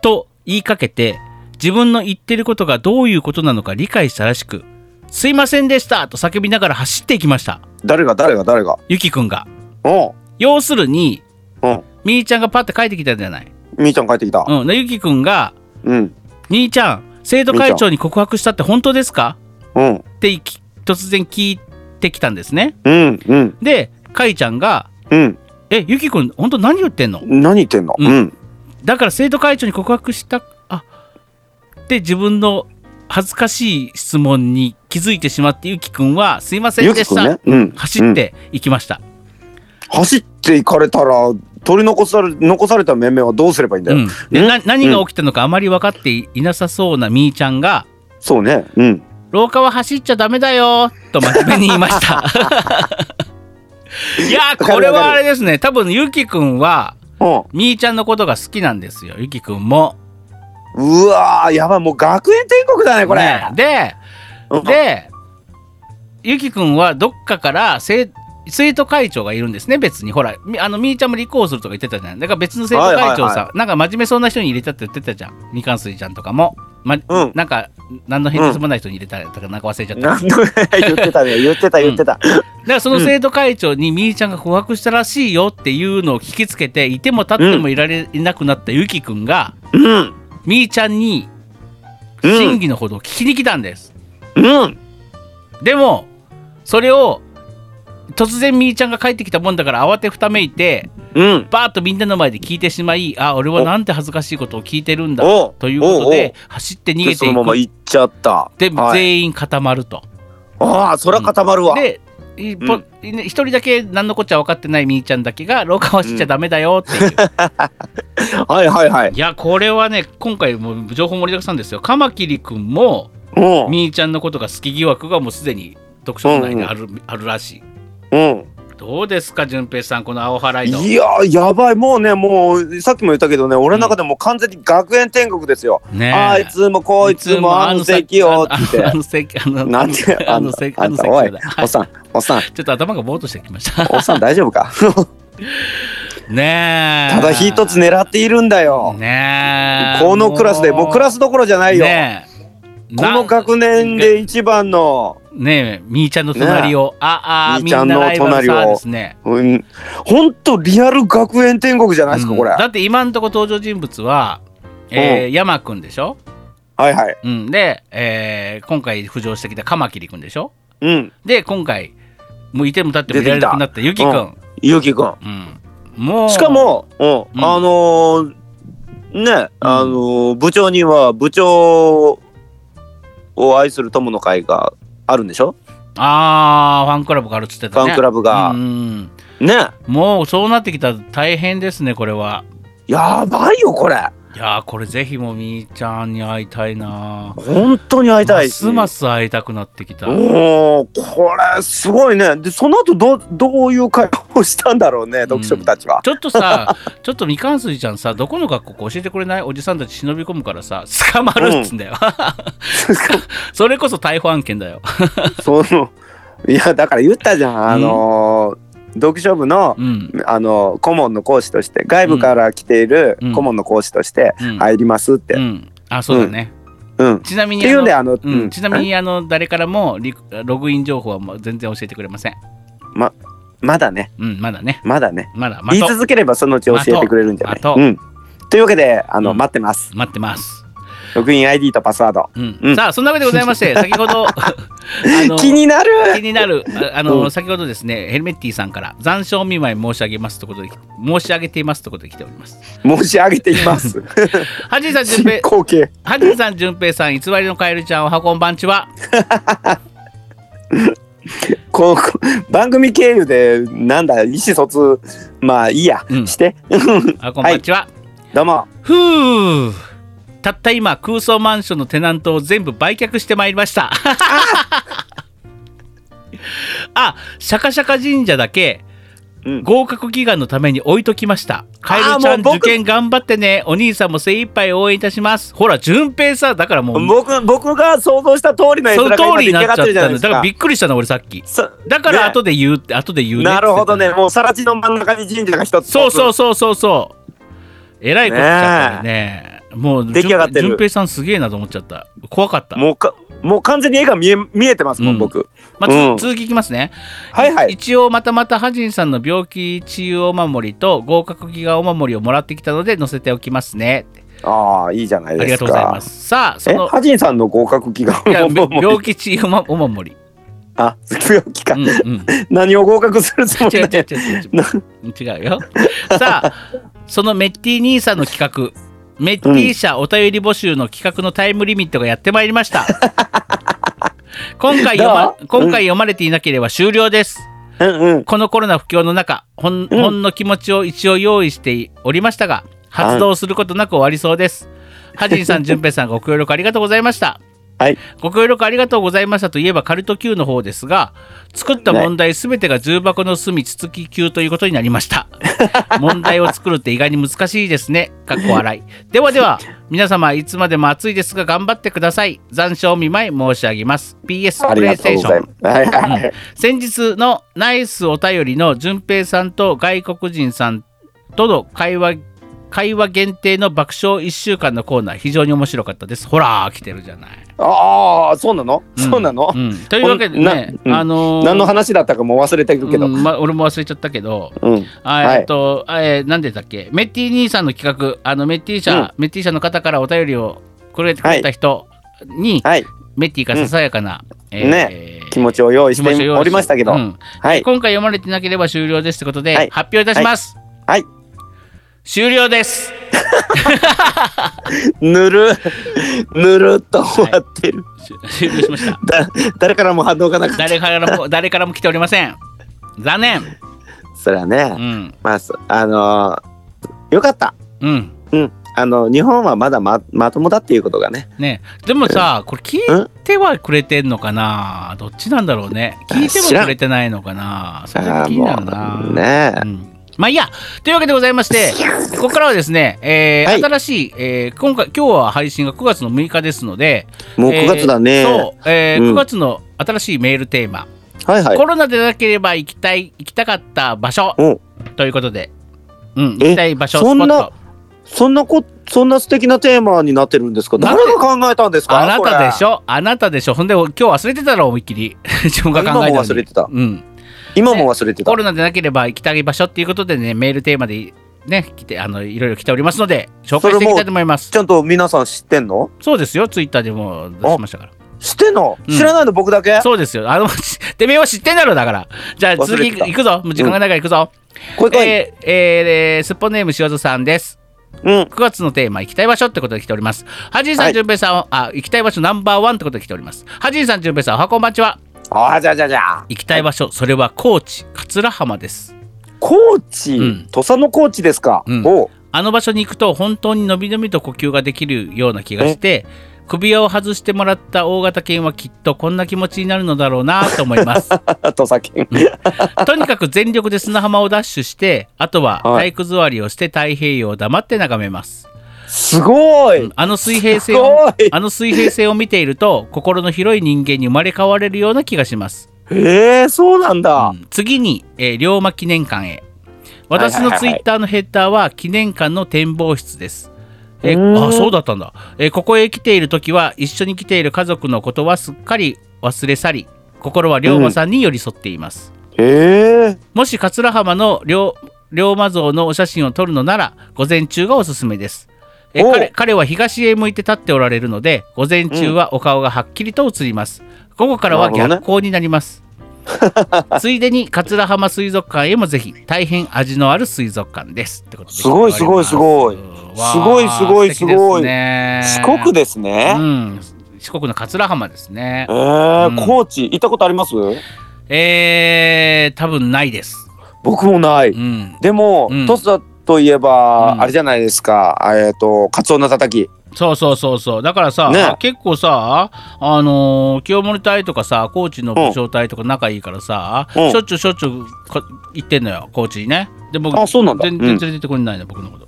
Speaker 1: と言いかけて自分の言ってることがどういうことなのか理解したらしく「すいませんでした!」と叫びながら走っていきました
Speaker 5: 誰が誰が誰が。
Speaker 1: ゆきくんが
Speaker 5: おう。
Speaker 1: 要するに
Speaker 5: うん。
Speaker 1: みーちゃんがパッて帰ってきたじゃない。
Speaker 5: みーちゃん帰ってきた。
Speaker 1: うん、でゆきくんが
Speaker 5: うん。
Speaker 1: 「兄ちゃん生徒会長に告白したって本当ですか?
Speaker 5: うん。」
Speaker 1: ってき突然聞いてきたんですね。
Speaker 5: うん。うん。
Speaker 1: でかいちゃんが
Speaker 5: うん。
Speaker 1: 「えゆきくん本当何言ってんの
Speaker 5: 何言ってんの、
Speaker 1: うん
Speaker 5: うん。
Speaker 1: だから生徒会長に告白したあって自分の恥ずかしい質問に気づいてしまってゆきくんは「すいません
Speaker 5: ゆ
Speaker 1: で
Speaker 5: き
Speaker 1: し
Speaker 5: くん
Speaker 1: た」
Speaker 5: ね。うん。
Speaker 1: 走っていきました、
Speaker 5: 走っていかれたら取り残され残された面々はどうすればいいんだ
Speaker 1: う
Speaker 5: よ、
Speaker 1: んで
Speaker 5: うん
Speaker 1: な何が起きたのかあまり分かっていなさそうなみーちゃんが
Speaker 5: そうねうん
Speaker 1: 「廊下は走っちゃダメだよ」と真面目に言いました いやーこれはあれですね多分ゆきくんは
Speaker 5: うん
Speaker 1: みーちゃんのことが好きなんですよゆきくんも。
Speaker 5: うわーやばいもう学園天国だねこれ、
Speaker 1: ねで
Speaker 5: うん
Speaker 1: で、ゆきくんはどっかから生生徒会長がいるんですね、別に。ほら、みあのみーちゃんも立候補するとか言ってたじゃない。だから別の生徒会長さん、
Speaker 5: はいはい
Speaker 1: なんか真面目そうな人に入れたって言ってたじゃん。みかんすいちゃんとかも。ま
Speaker 5: うん
Speaker 1: なんか、何の返事もない人に入れたとか、なんか忘れちゃった。だ
Speaker 5: な
Speaker 1: か
Speaker 5: んと言ってたね言ってた言ってた、
Speaker 1: らその生徒会長にみーちゃんが告白したらしいよっていうのを聞きつけて、いても立ってもいられなくなったゆきくんが、
Speaker 5: うん
Speaker 1: みーちゃんに
Speaker 5: うん
Speaker 1: 真偽のほどを聞きに来たんです。
Speaker 5: うん
Speaker 1: でもそれを突然みーちゃんが帰ってきたもんだから慌てふためいて
Speaker 5: うん。
Speaker 1: バーッとみんなの前で聞いてしまいあ俺はなんて恥ずかしいことを聞いてるんだ
Speaker 5: お
Speaker 1: ということ
Speaker 5: おうおう
Speaker 1: で走って逃げ
Speaker 5: で、
Speaker 1: て
Speaker 5: そ
Speaker 1: い
Speaker 5: のまま
Speaker 1: く
Speaker 5: 行っちゃった。
Speaker 1: で
Speaker 5: はい、
Speaker 1: 全員固まると。
Speaker 5: ああ、そら固まるわ。
Speaker 1: でいぽね一人だけ何のこっちゃ分かってないみーちゃんだけが廊下を走っちゃダメだよっ ていう、
Speaker 5: はいはいはい。
Speaker 1: いやこれはね今回もう情報盛りだくさんですよカマキリ君も
Speaker 5: うん。
Speaker 1: みーちゃんのことが好き疑惑がもうすでに読書の内である,、あるらしい
Speaker 5: うん。
Speaker 1: どうですか淳平さんこのアオハライド
Speaker 5: いやー、やばい。もうね、もう、さっきも言ったけどね、俺の中でもう完全に学園天国ですよ。
Speaker 1: ねえ
Speaker 5: あいつもこいつもあの席を
Speaker 1: あの
Speaker 5: って
Speaker 1: あ。の席 あの
Speaker 5: なんで、
Speaker 1: あ
Speaker 5: あ
Speaker 1: の
Speaker 5: の
Speaker 1: 席、
Speaker 5: あ
Speaker 1: あ
Speaker 5: ん
Speaker 1: の
Speaker 5: た、
Speaker 1: 席
Speaker 5: おい
Speaker 1: だ、
Speaker 5: おっさん、おっさん、
Speaker 1: ちょっと頭がぼーっとしてきました
Speaker 5: おっさん大丈夫か
Speaker 1: ねえ
Speaker 5: ただ一つ狙っているんだよ。
Speaker 1: ねえ
Speaker 5: このクラスで、もうクラスどころじゃないよ。
Speaker 1: ねえ
Speaker 5: この学年で一番の、
Speaker 1: ねえみーちゃんの隣を、ああ
Speaker 5: みーちゃんの
Speaker 1: みんなライバルさ
Speaker 5: 隣を
Speaker 1: ですね
Speaker 5: うん、ほんとリアル学園天国じゃないですか、これ。
Speaker 1: うんだ
Speaker 5: は
Speaker 1: って今んとこ登場人物は、えー、山くんでしょ、
Speaker 5: いはい。
Speaker 1: うん、で、えー今回浮上してきたカマキリくんでしょ
Speaker 5: うん。
Speaker 1: で今回もういても立ってもいられなくなったゆきく、
Speaker 5: うんゆうきくん。
Speaker 1: うん、もう
Speaker 5: しかも、うん、
Speaker 1: ん
Speaker 5: あのーね、あのー部長には部長を愛する友の会があるんでしょ
Speaker 1: ああファンクラブがあるっつってたね
Speaker 5: ファンクラブが
Speaker 1: うん
Speaker 5: ね
Speaker 1: もうそうなってきたら大変ですねこれは
Speaker 5: やばいよこれ
Speaker 1: いやーこれぜひもうみーちゃんに会いたいな
Speaker 5: 本当に会いたい
Speaker 1: ま
Speaker 5: し
Speaker 1: すます会いたくなってきた
Speaker 5: おおこれすごいねでその後どどういう会話をしたんだろうね読書部たちは、
Speaker 1: ちょっとさ、 ちょっとみかんすいちゃんさ、どこの学校か教えてくれないおじさんたち忍び込むからさ、捕まるっつんだよ。 それこそ逮捕案件だよ。
Speaker 5: そのいやだから言ったじゃんあのー読書部の
Speaker 1: うん。
Speaker 5: あの顧問の講師として外部から来ている
Speaker 1: うん
Speaker 5: 顧問の講師として
Speaker 1: うん
Speaker 5: 入りますって、
Speaker 1: うん。あ、そうだね。
Speaker 5: うん。っ
Speaker 1: ちなみ
Speaker 5: て
Speaker 1: に、
Speaker 5: い
Speaker 1: あ
Speaker 5: う
Speaker 1: の
Speaker 5: んで、あの、
Speaker 1: うんちなみにあの誰からもリログイン情報はもう全然教えてくれません。
Speaker 5: まだね、
Speaker 1: うん、まだね。
Speaker 5: まだね。
Speaker 1: まだ、ま
Speaker 5: 言い
Speaker 1: と
Speaker 5: 続ければそのうち教えてくれるんじゃない
Speaker 1: 待とう
Speaker 5: うん。というわけで、あの、
Speaker 1: うん
Speaker 5: 待ってます。
Speaker 1: 待ってます。
Speaker 5: ログイン ID とパスワード。
Speaker 1: うん。
Speaker 5: うん
Speaker 1: さあ、そんなわけでございま して、先ほど、あの
Speaker 5: 気になる
Speaker 1: 気になる、ああの、
Speaker 5: うん
Speaker 1: 先ほどですね、ヘルメッティさんから、残暑お見舞い申し上げますということで、申し上げていますということで来ております。
Speaker 5: 申し上げて います。
Speaker 1: はじいさん、じゅん
Speaker 5: 進
Speaker 1: ぺい、
Speaker 5: 行形。
Speaker 1: はじいさん、じゅんぺいさん、偽りのカエルちゃん、おはこんばんちは。
Speaker 5: こう、こう番組経由で、なんだ、意思疎通、まあいいや、
Speaker 1: うん
Speaker 5: して。
Speaker 1: おはこんばんちは。
Speaker 5: どうも。
Speaker 1: ふう。たった今、空想マンションのテナントを全部売却してまいりま した。あ、シャカシャカ神社だけ、
Speaker 5: うん
Speaker 1: 合格祈願のために置いときました。カエルちゃ、
Speaker 5: あーもうん僕
Speaker 1: 受験頑張ってね。お兄さんも精一杯応援いたします。ほら、順平さん、だからもう、
Speaker 5: 僕、僕が想像した通りの絵
Speaker 1: そ
Speaker 5: 面
Speaker 1: の
Speaker 5: が
Speaker 1: 通
Speaker 5: 今
Speaker 1: り
Speaker 5: 出来
Speaker 1: にな
Speaker 5: 上
Speaker 1: っち
Speaker 5: が
Speaker 1: ゃ
Speaker 5: っ
Speaker 1: って
Speaker 5: るじゃな
Speaker 1: た
Speaker 5: い
Speaker 1: の。
Speaker 5: です
Speaker 1: だから
Speaker 5: か
Speaker 1: び。っくりしたの、俺さっき。
Speaker 5: そ
Speaker 1: だから
Speaker 5: ね
Speaker 1: 後で言うって、後で言うねっつって
Speaker 5: な
Speaker 1: た
Speaker 5: るほどね。もう、さら地の真ん中に神社が一つ。
Speaker 1: そうそうそうそうそう。えらいことしちゃったよね。もう
Speaker 5: 出来上がってる
Speaker 1: 順順平さんすげえなと思っちゃった。怖かった。
Speaker 5: もうか、もう完全に絵が見え、見えてますもん、
Speaker 1: うん
Speaker 5: 僕。
Speaker 1: まあつ
Speaker 5: うん
Speaker 1: 続きいきますね。
Speaker 5: はいはい
Speaker 1: 一応またまたハジンさんの病気治癒お守りと合格祈願お守りをもらってきたので載せておきますね。
Speaker 5: ああ、いいじゃない
Speaker 1: ありが
Speaker 5: です
Speaker 1: とうござい
Speaker 5: か。
Speaker 1: ます。さあそ
Speaker 5: え、
Speaker 1: の
Speaker 5: ハジンさんの合格祈願
Speaker 1: いや
Speaker 5: をもうもう
Speaker 1: 病気治癒お守お守り。
Speaker 5: あ、病気か
Speaker 1: う。んうん。
Speaker 5: 何を合格するつ も
Speaker 1: 違
Speaker 5: り
Speaker 1: う違
Speaker 5: だ
Speaker 1: う違う違う違うよ。さあ、そのメッティ兄さんの企画、メッティ社お便り募集の企画のタイムリミットがやってまいりました。今回読ま
Speaker 5: どう
Speaker 1: 今回読まれていなければ終了です。
Speaker 5: うんうん。
Speaker 1: このコロナ不況の中ほん、ほんの気持ちを一応用意しておりましたが、発動することなく終わりそうです。はじんさん、じゅんぺいさん、ご協力ありがとうございました。
Speaker 5: はい。
Speaker 1: ご協力ありがとうございましたといえばカルト Q の方ですが作った問題すべてが重箱の隅つつき級ということになりました 問題を作るって意外に難しいですねかっこ笑いではでは皆様いつまでも暑いですが頑張ってください残暑お見舞い申し上げます PS
Speaker 5: あ
Speaker 1: プ
Speaker 5: り
Speaker 1: レイ
Speaker 5: が
Speaker 1: ス
Speaker 5: と
Speaker 1: テー
Speaker 5: うご
Speaker 1: シ
Speaker 5: ざ
Speaker 1: ョ
Speaker 5: い
Speaker 1: ン
Speaker 5: ます。はいはい。
Speaker 1: 先日のナイスお便りの淳平さんと外国人さんとの会話会話限定の爆笑1週間のコーナー非常に面白かったですほら来てるじゃない
Speaker 5: ああ、そうなのそうなの
Speaker 1: んというわけでね、
Speaker 5: なうん
Speaker 1: あのー
Speaker 5: 何の話だったかもう忘れてるけど
Speaker 1: う。んま、俺も忘れちゃったけど、
Speaker 5: うん。
Speaker 1: あ
Speaker 5: はい
Speaker 1: えっと、あえーなんでだっけ、メッティ兄さんの企画、あのメッティ社、メッティ社の方からお便りをくれてくれた人に、
Speaker 5: はい。
Speaker 1: メッティがささやかな、えー
Speaker 5: ね気持ちを用意し
Speaker 1: 気持ち
Speaker 5: て
Speaker 1: を用意
Speaker 5: おりましたけど、
Speaker 1: うん
Speaker 5: はい
Speaker 1: 今回読まれてなければ終了ですということで、
Speaker 5: はい
Speaker 1: 発表いたします。
Speaker 5: はい
Speaker 1: 終了です。
Speaker 5: ぬるぬるっと終わってる、
Speaker 1: 終了しま した。
Speaker 5: だ誰からも反応がなかった
Speaker 1: 誰から も誰からも来ておりません。残念。
Speaker 5: それはね、
Speaker 1: うん
Speaker 5: まあそあのーよかった
Speaker 1: うん。
Speaker 5: うんあの日本はまだままともだっていうことがね
Speaker 1: ねでもさこれ聞いてはくれてんのかなどっちなんだろうね聞いてもくれてないのかなそれが気になる
Speaker 5: あー
Speaker 1: な
Speaker 5: もうねえ
Speaker 1: うんまあいいやというわけでございましてここからはですね、えー
Speaker 5: はい
Speaker 1: 新しい、えー今回今日は配信が9月の6日ですので
Speaker 5: もう9月だね、
Speaker 1: えーそう、えー9
Speaker 5: うん
Speaker 1: 月の新しいメールテーマ、
Speaker 5: はいはい
Speaker 1: コロナでなければ行きたい行きたかった場所
Speaker 5: うん
Speaker 1: ということで、うん、行
Speaker 5: え
Speaker 1: きたい場所スポ
Speaker 5: そんな
Speaker 1: ット
Speaker 5: そんなこそんな素敵なテーマになってるんですか
Speaker 1: なん
Speaker 5: 誰
Speaker 1: で
Speaker 5: が考えたんですか
Speaker 1: あなたでし
Speaker 5: ょ
Speaker 1: ょあなたでしょほんで今日忘れてたろ思いっきり 自分が考えたのに
Speaker 5: 今も忘れてた
Speaker 1: うん、
Speaker 5: 今も忘れてた
Speaker 1: コロナでなければ行きたい場所っていうことでねメールテーマでね来てあのいろいろ来ておりますので紹介していきたいと思います
Speaker 5: ちゃんと皆さん知ってんの
Speaker 1: そうですよツイッターでも出しましたか
Speaker 5: 知ってんの
Speaker 1: うん
Speaker 5: 知らないの僕だけ、
Speaker 1: らそうですよあの てめえは知ってんだろだからじゃあ
Speaker 5: 忘
Speaker 1: 続
Speaker 5: れ
Speaker 1: き
Speaker 5: てた
Speaker 1: 行くぞもう時間がないから行くぞ、
Speaker 5: こいこ
Speaker 1: え
Speaker 5: い、
Speaker 1: ーえーえーすっぽんネーム塩津さんです
Speaker 5: うん
Speaker 1: 9月のテーマ行きたい場所ってことで来ておりますはじいさ
Speaker 5: は
Speaker 1: ん
Speaker 5: い
Speaker 1: じゅんぺいさん、あ行きたい場所ナンバーワンってことで来ておりますはじいさんじゅんぺいさんおはこんばんちは
Speaker 5: あじゃあじゃあじゃあ
Speaker 1: 行きたい場所、それは高知桂浜です
Speaker 5: 高知、
Speaker 1: うん
Speaker 5: 土佐の高知ですか、
Speaker 1: うん
Speaker 5: おう
Speaker 1: あの場所に行くと本当にのびのびと呼吸ができるような気がして首輪を外してもらった大型犬はきっとこんな気持ちになるのだろうなと思います
Speaker 5: 土佐県
Speaker 1: とにかく全力で砂浜をダッシュしてあとは
Speaker 5: は
Speaker 1: 体育座りをして太平洋を黙って眺めます、
Speaker 5: すごい、
Speaker 1: あの水平
Speaker 5: す
Speaker 1: 線を
Speaker 5: ごい
Speaker 1: あの水平線を見ていると心の広い人間に生まれ変われるような気がします
Speaker 5: えー、そうなんだ、
Speaker 1: うん次に、えー龍馬記念館へ私の
Speaker 5: はい
Speaker 1: ツ
Speaker 5: は
Speaker 1: イ
Speaker 5: いはいはい
Speaker 1: ッターのヘッダーは記念館の展望室ですえ
Speaker 5: うーん
Speaker 1: あそうだったんだ、えーここへ来ている時は一緒に来ている家族のことはすっかり忘れ去り心は龍馬さんに寄り添っています、
Speaker 5: えー、
Speaker 1: もし桂浜の龍龍馬像のお写真を撮るのなら午前中がおすすめですえ
Speaker 5: おう
Speaker 1: 彼彼は東へ向いて立っておられるので午前中はお顔がはっきりと映ります、午後からは逆光になります、 ついでに桂浜水族館へもぜひ大変味のある水族館ですってことです
Speaker 5: ごいすごいすごいすごいすごいすごい四国
Speaker 1: で
Speaker 5: です
Speaker 1: す
Speaker 5: ね
Speaker 1: ね、うん四国の桂浜ですね
Speaker 5: えー
Speaker 1: うん
Speaker 5: 高知行ったことあります
Speaker 1: えー、多分ないです
Speaker 5: 僕もない、
Speaker 1: うん
Speaker 5: でも、
Speaker 1: うん
Speaker 5: 土佐といえば、
Speaker 1: うん
Speaker 5: あれじゃないですかえっ、とカツオのたたき
Speaker 1: そうそうそうそうだからさ、
Speaker 5: ね
Speaker 1: 結構さあのー清盛隊とかさ高知の武将隊とか仲いいからさ、
Speaker 5: うん
Speaker 1: しょっちゅうしょっちゅうこ行ってんのよ高知にねで僕
Speaker 5: あそうなんだ
Speaker 1: 全然
Speaker 5: うん
Speaker 1: 連れてってくんないの、僕のこと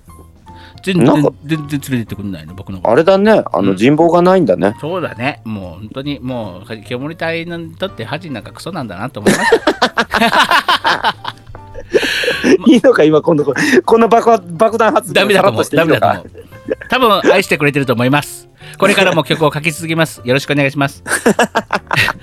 Speaker 1: 全然
Speaker 5: なん
Speaker 1: 全
Speaker 5: か
Speaker 1: 然連れてってくんないの僕のこと
Speaker 5: あれだねあ
Speaker 1: う
Speaker 5: の
Speaker 1: ん
Speaker 5: 人望がないんだね、
Speaker 1: そうだねもう本当にもう清盛隊にとって恥なんかクソなんだなと思いま した
Speaker 5: いいのか今今度ここの爆発爆弾発言
Speaker 1: ダメだと思う
Speaker 5: さら
Speaker 1: ダメ
Speaker 5: っしていいの
Speaker 1: だ
Speaker 5: か
Speaker 1: と思う多分愛してくれてると思いますこれからも曲を書き続けますよろしくお願いし ます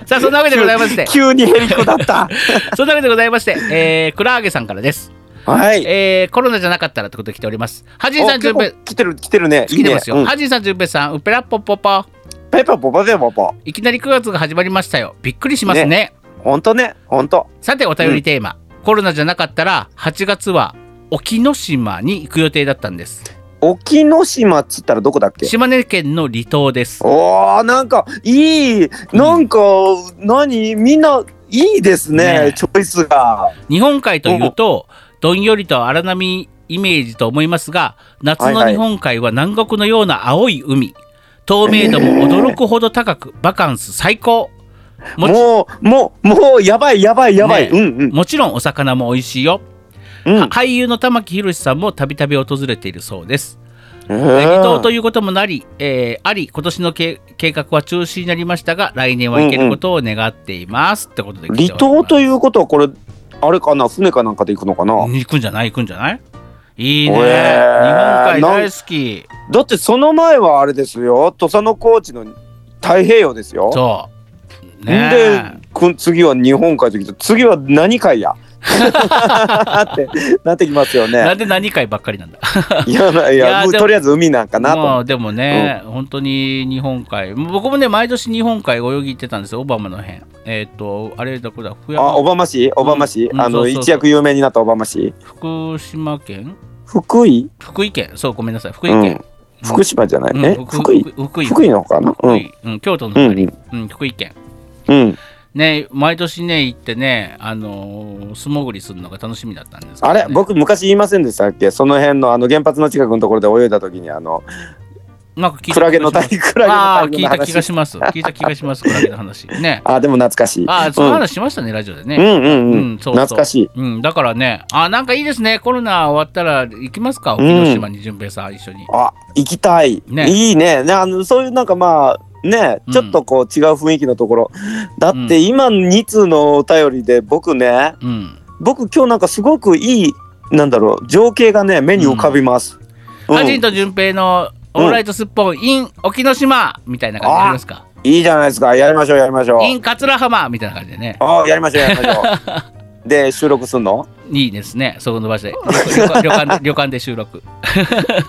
Speaker 1: さあそんなわけでございまして
Speaker 5: 急にヘリコだった
Speaker 1: そんなわけでございまして、えー、クラーゲさんからです。
Speaker 5: はい
Speaker 1: えー、コロナじゃなかったらってことで来ております。はじい
Speaker 5: お
Speaker 1: さん、じゅんぺい、
Speaker 5: 結構来てる来てるね
Speaker 1: 来てますよ。
Speaker 5: いいね
Speaker 1: はじいさん、じゅんぺいさん、うっぺらっぽっぽっぽ。
Speaker 5: うん、ペパポパペパポ
Speaker 1: いきなり9月が始まりましたよ。びっくりしますね。
Speaker 5: ほんとねほんと
Speaker 1: さて、お便りテーマ、コロナじゃなかったら、8月は沖ノ島に行く予定だったんです。
Speaker 5: 沖ノ島っつったらどこだっけ
Speaker 1: 島根県の離島です。
Speaker 5: おーなんかいいなんか、何みんないいですね
Speaker 1: ね
Speaker 5: チョイスが
Speaker 1: 日本海というと、どんよりと荒波イメージと思いますが、夏の日本海は南国のような青い海。透明度も驚くほど高く、バカンス最高。もち
Speaker 5: もうもうもうやばいやばいやばい、
Speaker 1: ね
Speaker 5: うんうん
Speaker 1: もちろんお魚も美味しいよ、
Speaker 5: うん
Speaker 1: 俳優の玉木宏さんもたびたび訪れているそうです、え
Speaker 5: え
Speaker 1: ー離島
Speaker 5: ー
Speaker 1: ということもなり、えーあり今年のけ計画は中止になりましたが来年は行けることを願っています、ってことで来ており
Speaker 5: 離
Speaker 1: ます
Speaker 5: 島ということはこれあれかな船かなんかで行くのかな、
Speaker 1: 行くんじゃない行くんじゃないいいね、
Speaker 5: おえー
Speaker 1: 日本海大好き
Speaker 5: だってその前はあれですよ土佐の高知の太平洋ですよ
Speaker 1: そうん
Speaker 5: で
Speaker 1: ね
Speaker 5: く次は日本海と来て次は何海やってなってきますよ
Speaker 1: なん
Speaker 5: ね。
Speaker 1: で何回ばっかりなんだ。
Speaker 5: いやまあい
Speaker 1: い
Speaker 5: や
Speaker 1: や
Speaker 5: もう
Speaker 1: でも
Speaker 5: とりあえず海なんかなと
Speaker 1: ま
Speaker 5: 思
Speaker 1: あ
Speaker 5: って。
Speaker 1: でもね、本当に日本海、僕もね、毎年日本海泳ぎ行ってたんですよ、オバマの辺。えっ、と、あれだ、これだ、福
Speaker 5: あ、
Speaker 1: 山
Speaker 5: オバマ市、オバマ市、
Speaker 1: うん
Speaker 5: あの、
Speaker 1: うんそうそうそう
Speaker 5: 一躍有名になったオバマ市。
Speaker 1: 福島県
Speaker 5: 福井、
Speaker 1: 福井県、そう、ごめんなさい、福井
Speaker 5: う
Speaker 1: 県
Speaker 5: ん。、福島じゃない、
Speaker 1: うん
Speaker 5: え、
Speaker 1: 福
Speaker 5: 福井、
Speaker 1: 福井
Speaker 5: 福井の方かな。う
Speaker 1: 福
Speaker 5: ん、
Speaker 1: 井うん、京都の辺り、
Speaker 5: う
Speaker 1: うん福井県。
Speaker 5: うん、
Speaker 1: ね、毎年ね、行ってね、あのー素潜りするのが楽しみだったんですけど
Speaker 5: あ
Speaker 1: ね、
Speaker 5: れ、僕昔言いませんでしたっけ、その辺のあの原発の近くのところで泳いだ時に、あの。
Speaker 1: なんか聞いた気がします
Speaker 5: クラゲの大、ク
Speaker 1: あ
Speaker 5: ラ
Speaker 1: あ、
Speaker 5: ゲ
Speaker 1: 聞
Speaker 5: の
Speaker 1: い
Speaker 5: 大
Speaker 1: た
Speaker 5: 群
Speaker 1: 気
Speaker 5: の
Speaker 1: が
Speaker 5: 話。
Speaker 1: します。聞いた気がします、クラゲの話。ね。
Speaker 5: あ、でも懐かしい。
Speaker 1: ああ、その
Speaker 5: うん
Speaker 1: 話しましたね、ラジオでね。
Speaker 5: うんうんう、
Speaker 1: うんん、そうそう
Speaker 5: 懐かしい。
Speaker 1: うん、だからね、あ、なんかいいですね。コロナ終わったら行きますか、沖ノ島に淳平さん、一緒に。
Speaker 5: あ、行きたい。
Speaker 1: ね
Speaker 5: いいね。ねあのそういうなんかまあね
Speaker 1: うん
Speaker 5: ちょっとこう違う雰囲気のところ。だって今2通のお便りで僕ね、
Speaker 1: うん。
Speaker 5: 僕今日なんかすごくいいなんだろう情景がね目に浮かびます。うん
Speaker 1: アジンと淳平のオーライトスッポン、in 沖ノ島みたいな感じありますか。
Speaker 5: いいじゃないですか。やりましょうやりましょう。
Speaker 1: in 桂浜みたいな感じでね。
Speaker 5: あ、やりましょうやりましょ う。で収録すんの？
Speaker 1: いいですね、そこの場所で。旅館旅館で旅館で収録。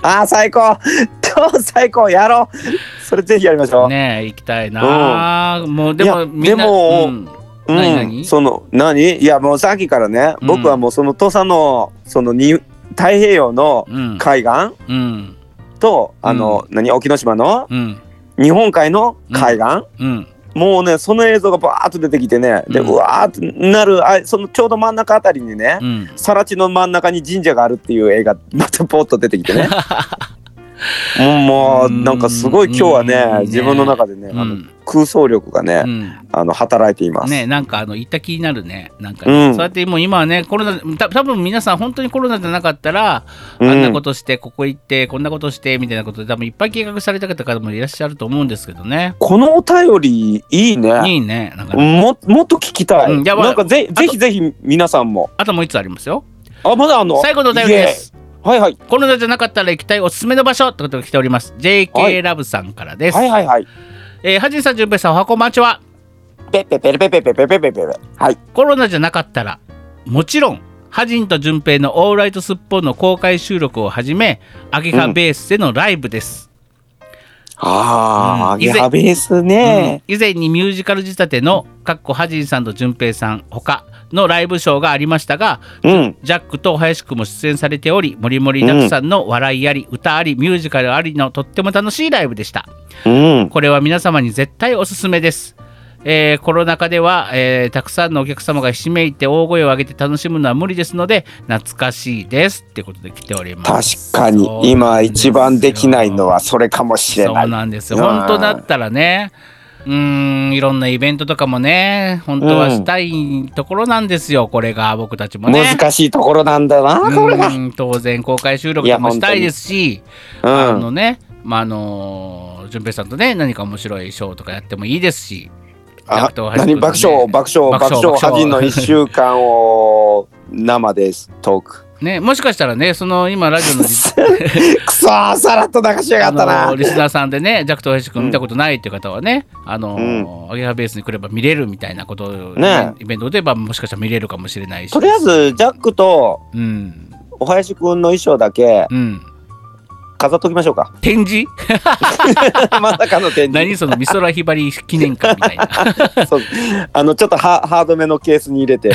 Speaker 5: あー最高。超最高やろう。それぜひやりましょう。
Speaker 1: ねえ、行きたいな、もう、で
Speaker 5: いや
Speaker 1: も、みんな。
Speaker 5: でも
Speaker 1: うん
Speaker 5: うん
Speaker 1: 何何
Speaker 5: その何いやもうさっきからね、
Speaker 1: うん
Speaker 5: 僕はもうその土佐のそのに太平洋の
Speaker 1: うん。
Speaker 5: 海岸
Speaker 1: うん。
Speaker 5: と、あの何沖ノ島の
Speaker 1: うん。
Speaker 5: 日本海の海岸、
Speaker 1: うん。
Speaker 5: もうねその映像がバーッと出てきてねで、
Speaker 1: う
Speaker 5: うんわーってなるあそのちょうど真ん中あたりにね、
Speaker 1: うん。
Speaker 5: 更地の真ん中に神社があるっていう映画またポッと出てき てねもうもうなんかすごい今日は
Speaker 1: うんね
Speaker 5: ね自分の中でね、
Speaker 1: う
Speaker 5: あの
Speaker 1: ん。
Speaker 5: 空想力がね、
Speaker 1: うん
Speaker 5: あの働いています。
Speaker 1: ねなんかあの行った気になるねなんかね、
Speaker 5: うん
Speaker 1: そうやってもう今はねコロナた多分皆さん本当にコロナじゃなかったら、
Speaker 5: うん
Speaker 1: あんなことしてここ行ってこんなことしてみたいなことで多分いっぱい計画された方もいらっしゃると思うんですけどね
Speaker 5: このお便りいいね。
Speaker 1: いいねなんかね
Speaker 5: ももっと聞きたい。
Speaker 1: うんやばい
Speaker 5: なんかぜぜひぜひ皆さんも。
Speaker 1: あともう一つありますよ
Speaker 5: あまだあんの
Speaker 1: 最後のお便りです
Speaker 5: イエーイはいはい
Speaker 1: コロナじゃなかったら行きたいおすすめの場所ってことが来ております
Speaker 5: は
Speaker 1: JK
Speaker 5: い
Speaker 1: ラブさんからです、
Speaker 5: はいはいはい。
Speaker 1: えー、はじんさんじゅんぺいさんおはこんばんちは
Speaker 5: ペペペペペペペペペペペ。はい。
Speaker 1: コロナじゃなかったらもちろんハジンと淳平の「オールライトスッポン」の公開収録をはじめアゲハベースでのライブです、
Speaker 5: ああ、
Speaker 1: うん
Speaker 5: いやべえっすね。
Speaker 1: うん以前にミュージカル仕立てのかっこハジンさんと淳平さん他のライブショーがありましたが
Speaker 5: うん。
Speaker 1: ジャックと林くんも出演されておりもりもりだくさんの笑いあり歌ありミュージカルありのとっても楽しいライブでした
Speaker 5: うん。
Speaker 1: これは皆様に絶対おすすめです、えーコロナ禍では、えーたくさんのお客様がひしめいて大声を上げて楽しむのは無理ですので懐かしいですってことで来ておりま
Speaker 5: 確
Speaker 1: すそうな
Speaker 5: か
Speaker 1: ん
Speaker 5: に
Speaker 1: ですよ
Speaker 5: 今一番できないのはそれかもしれ
Speaker 1: そ
Speaker 5: な
Speaker 1: う
Speaker 5: い。
Speaker 1: なんですよ。
Speaker 5: うん
Speaker 1: 本当だったらね、うーん、いろんなイベントとかもね、本当はしたいところなんですよ、これが僕たちもね。
Speaker 5: 難しいところなんだな、これが。
Speaker 1: うん当然公開収録とかもしたいですし、あ
Speaker 5: う
Speaker 1: の
Speaker 5: ん。
Speaker 1: ね、まあ、あのー、淳平さんとね、何か面白いショーとかやってもいいですし、
Speaker 5: あ
Speaker 1: 爆笑
Speaker 5: 何爆笑爆笑
Speaker 1: 爆
Speaker 5: 爆
Speaker 1: 笑
Speaker 5: 笑恥じんの一週間を生ですトーク。
Speaker 1: ね、もしかしたらね、その今ラジオの リス
Speaker 5: くそーさらっと流しやがった
Speaker 1: あ
Speaker 5: な
Speaker 1: のーリスナーさんでね、ジャクトヘシ君見たことないっていう方はね、あのー、アゲハベースに来れば見れるみたいなことを、ね
Speaker 5: ね、
Speaker 1: イベントで言えばもしかしたら見れるかもしれないし。
Speaker 5: とりあえずジャックと
Speaker 1: うん。
Speaker 5: お林くんの衣装だけ
Speaker 1: うん。
Speaker 5: 飾っときましょ うか
Speaker 1: 展示
Speaker 5: まさかの展示
Speaker 1: 何その美空ひばり記念館みたい な。
Speaker 5: そうあのちょっとハハードめのケースに入 れて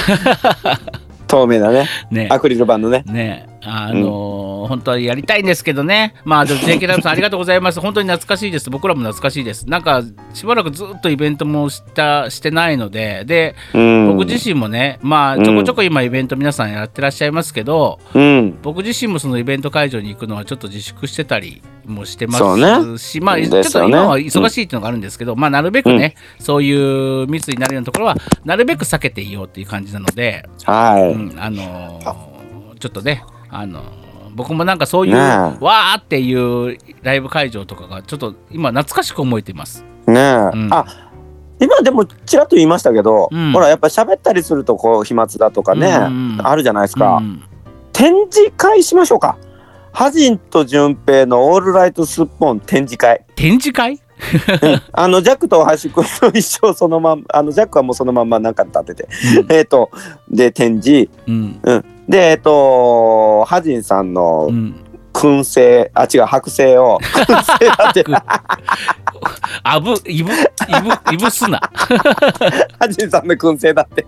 Speaker 5: 透明なね
Speaker 1: ね
Speaker 5: アクリル板のね
Speaker 1: ねあのー本当はやりたいんですけどね。まあ、でも JK ラブさんありがとうございます。本当に懐かしいです。僕らも懐かしいです。なんか、しばらくずっとイベントもしたしてないので、で、
Speaker 5: うん
Speaker 1: 僕自身もね、まあ、ちょこちょこ今イベント皆さんやってらっしゃいますけど、
Speaker 5: うん
Speaker 1: 僕自身もそのイベント会場に行くのはちょっと自粛してたりもして
Speaker 5: そ
Speaker 1: ま
Speaker 5: う
Speaker 1: すし、まあ、
Speaker 5: で
Speaker 1: ち
Speaker 5: す
Speaker 1: ょ
Speaker 5: よ
Speaker 1: っ
Speaker 5: ね
Speaker 1: と今は忙しいっていうのがあるんですけど、まあ、なるべくね、そういう密になるようなところは、なるべく避けていようっていう感じなので、
Speaker 5: はい、
Speaker 1: うん、あのーちょっとね、あのー僕もなんかそういう、
Speaker 5: ねえ
Speaker 1: わーっていうライブ会場とかが、ちょっと今、懐かしく思えています。
Speaker 5: ねえ、
Speaker 1: ん
Speaker 5: あ今でもちらっと言いましたけど、
Speaker 1: うん
Speaker 5: ほらやっぱ喋ったりするとこう飛沫だとかね、
Speaker 1: うんうん
Speaker 5: あるじゃないですか、
Speaker 1: うん
Speaker 5: 展示会しましょうかハジンと淳平のオールライトスッポン展示会
Speaker 1: 展示会
Speaker 5: あのジャックと林くんの一生そのまん あのジャックはもうそのまんま中に立ってて、えっ、とで展示
Speaker 1: うん。
Speaker 5: でえっ、とハジンさんの
Speaker 1: うん。
Speaker 5: 燻製あ違う剥 製を燻製だって
Speaker 1: あぶ、いぶ、いぶ、いぶすな。
Speaker 5: ハジンさんの燻製だって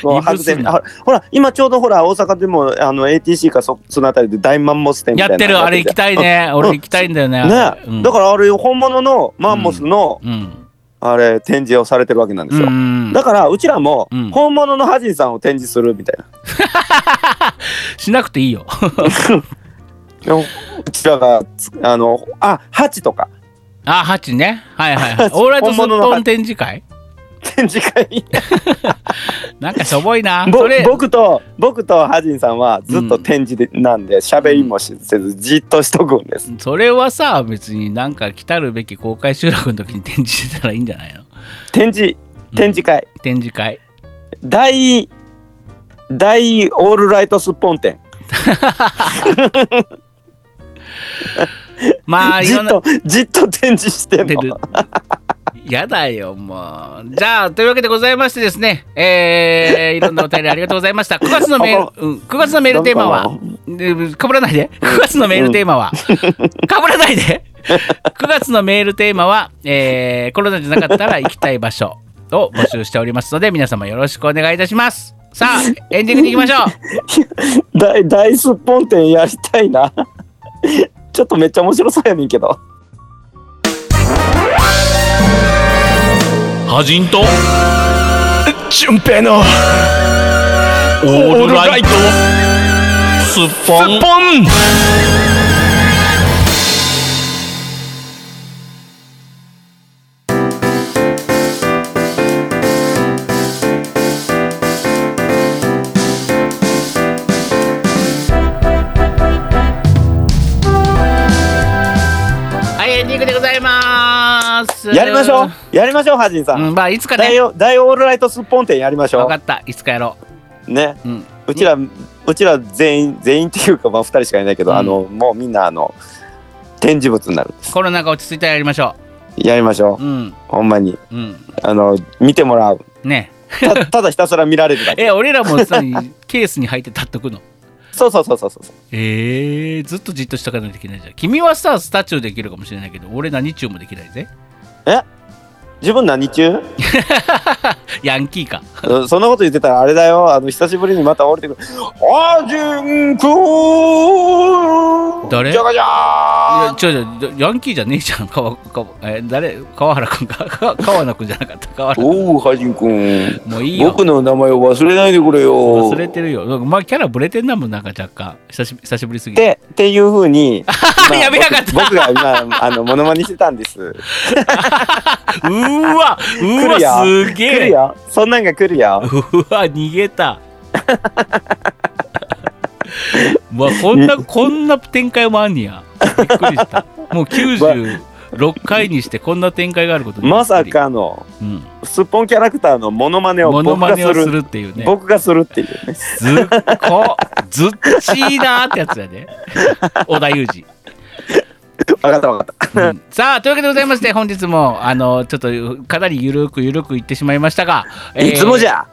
Speaker 5: そう
Speaker 1: いぶ
Speaker 5: 剥
Speaker 1: す
Speaker 5: 製
Speaker 1: な
Speaker 5: あほら今ちょうどほら大阪でもあの ATC かそそのあたりで大マンモス店 みた
Speaker 1: や
Speaker 5: いな
Speaker 1: ってる、あれ行きたいね。俺
Speaker 5: うん
Speaker 1: 行きたいんだよね。
Speaker 5: ね、
Speaker 1: うん
Speaker 5: だからあれ本物のマンモスの、
Speaker 1: うん。
Speaker 5: あれ展示をされてるわけなんですよ、
Speaker 1: うん
Speaker 5: だからうちらも
Speaker 1: うん
Speaker 5: 本物のハジンさんを展示するみたいな
Speaker 1: しなくていいよ。
Speaker 5: でもうちらがつあのあハチとか
Speaker 1: あ、ハチね。はいはい はい。オーライトスッ
Speaker 5: 本物の
Speaker 1: ト
Speaker 5: ハ
Speaker 1: ン
Speaker 5: チ
Speaker 1: 展示会
Speaker 5: 展示会
Speaker 1: なんかしょぼいな。
Speaker 5: ぼ
Speaker 1: それ、
Speaker 5: 僕と僕とハジンさんはずっと展示で、なんで喋りもしせずじっとしとくんです、
Speaker 1: それはさ、別になんか来たるべき公開収録の時に展示してたらいいんじゃないの
Speaker 5: 展示展示会、
Speaker 1: 展示会。
Speaker 5: 大大オールライトスッポン展
Speaker 1: まあ、い
Speaker 5: じ
Speaker 1: ろ
Speaker 5: っ
Speaker 1: んな
Speaker 5: とじっと展示してんの
Speaker 1: ってるやだよ、もう。じゃあ、というわけでございましてですね、えー、いろんなお便りありがとうございました。9月のメー ル、うん、9月のメールテーマ
Speaker 5: な
Speaker 1: は
Speaker 5: んか、
Speaker 1: でかぶらないで、9月のメールテーマは、かぶらないで、9月のメールテーマは、えー、コロナじゃなかったら行きたい場所を募集しておりますので、皆様よろしくお願いいたします。さあ、エンディングに行きましょう。
Speaker 5: 大大スッポン展やりたいな ちょっとめっちゃ面白そうやねんけど
Speaker 6: ハジンと純平のオールライトスッポン
Speaker 1: はい、エンディングでございます。
Speaker 5: やりましょうやりましょうハジンさん、
Speaker 1: うん、まあ、いつか
Speaker 5: 大
Speaker 1: ね、
Speaker 5: オ大オールライトスッポン展やりまし
Speaker 1: 分
Speaker 5: ょ
Speaker 1: かった、いつかやろ
Speaker 5: うね
Speaker 1: う。うん
Speaker 5: うちら、うちら全員全員っていうかまあ2人しかいないけど、
Speaker 1: うん
Speaker 5: あのもうみんなあの展示物になる
Speaker 1: コロナが落ち着いたらやりましょ
Speaker 5: やりましょ
Speaker 1: う。
Speaker 5: う、
Speaker 1: うん。
Speaker 5: ほんまに
Speaker 1: うん。
Speaker 5: あの見てもらう
Speaker 1: ね
Speaker 5: たただひたすら見られるだけ
Speaker 1: え、俺らもさ、ケースに入って立っと くの。
Speaker 5: そうそうそうそうそう
Speaker 1: えー、ずっとじっとしとかないといけないじゃん。君はさ、スタチューできるかもしれないけど、俺何チューもできないぜ。
Speaker 5: 自分何中
Speaker 1: ヤンキーか。
Speaker 5: うんそんなこと言ってたらあれだよあの久しぶりにまた降りてくる「あじゅんくん
Speaker 1: 誰
Speaker 5: じゃがじ
Speaker 1: い
Speaker 5: ゃ
Speaker 1: や、ちょちょ、ヤンキーじゃねえじゃん。かわ、かわ、え、誰川原くんか。 か川野くんじゃなかった。川
Speaker 5: ー
Speaker 1: 原。
Speaker 5: おうはじんくん
Speaker 1: もういいよ
Speaker 5: 僕。の名前を忘れないでくれよ
Speaker 1: 忘れてるよ。なんかまあ、キャラぶれてんなもん、なんか若干。久し久しぶりすぎて。
Speaker 5: でっていうふ うに今
Speaker 1: やべやがった
Speaker 5: 僕僕が今あのモノマネしてたんです
Speaker 1: うーわうー
Speaker 5: 来る
Speaker 1: わ
Speaker 5: よ
Speaker 1: すげ
Speaker 5: 来る
Speaker 1: え
Speaker 5: よそんなんが来るよ
Speaker 1: うわ逃げた うわこんなこんな展開もあんにやびっくりしたもう96回にしてこんな展開があることにびっくり
Speaker 5: まさ、かの
Speaker 1: うん、
Speaker 5: すっぽんキャラクターのモノマネを
Speaker 1: モノ
Speaker 5: 僕
Speaker 1: マ
Speaker 5: が
Speaker 1: ネ
Speaker 5: す
Speaker 1: をす
Speaker 5: る
Speaker 1: るっていうね
Speaker 5: 僕がするっていうね
Speaker 1: ずっこずっちーなーってやつやね織田裕二
Speaker 5: 分かった分か
Speaker 1: う
Speaker 5: っ
Speaker 1: んさあというわけでございまして本日もあのちょっとかなりゆるくゆるくいってしまいましたが、
Speaker 5: たいつもじ
Speaker 1: ゃ
Speaker 5: ゃ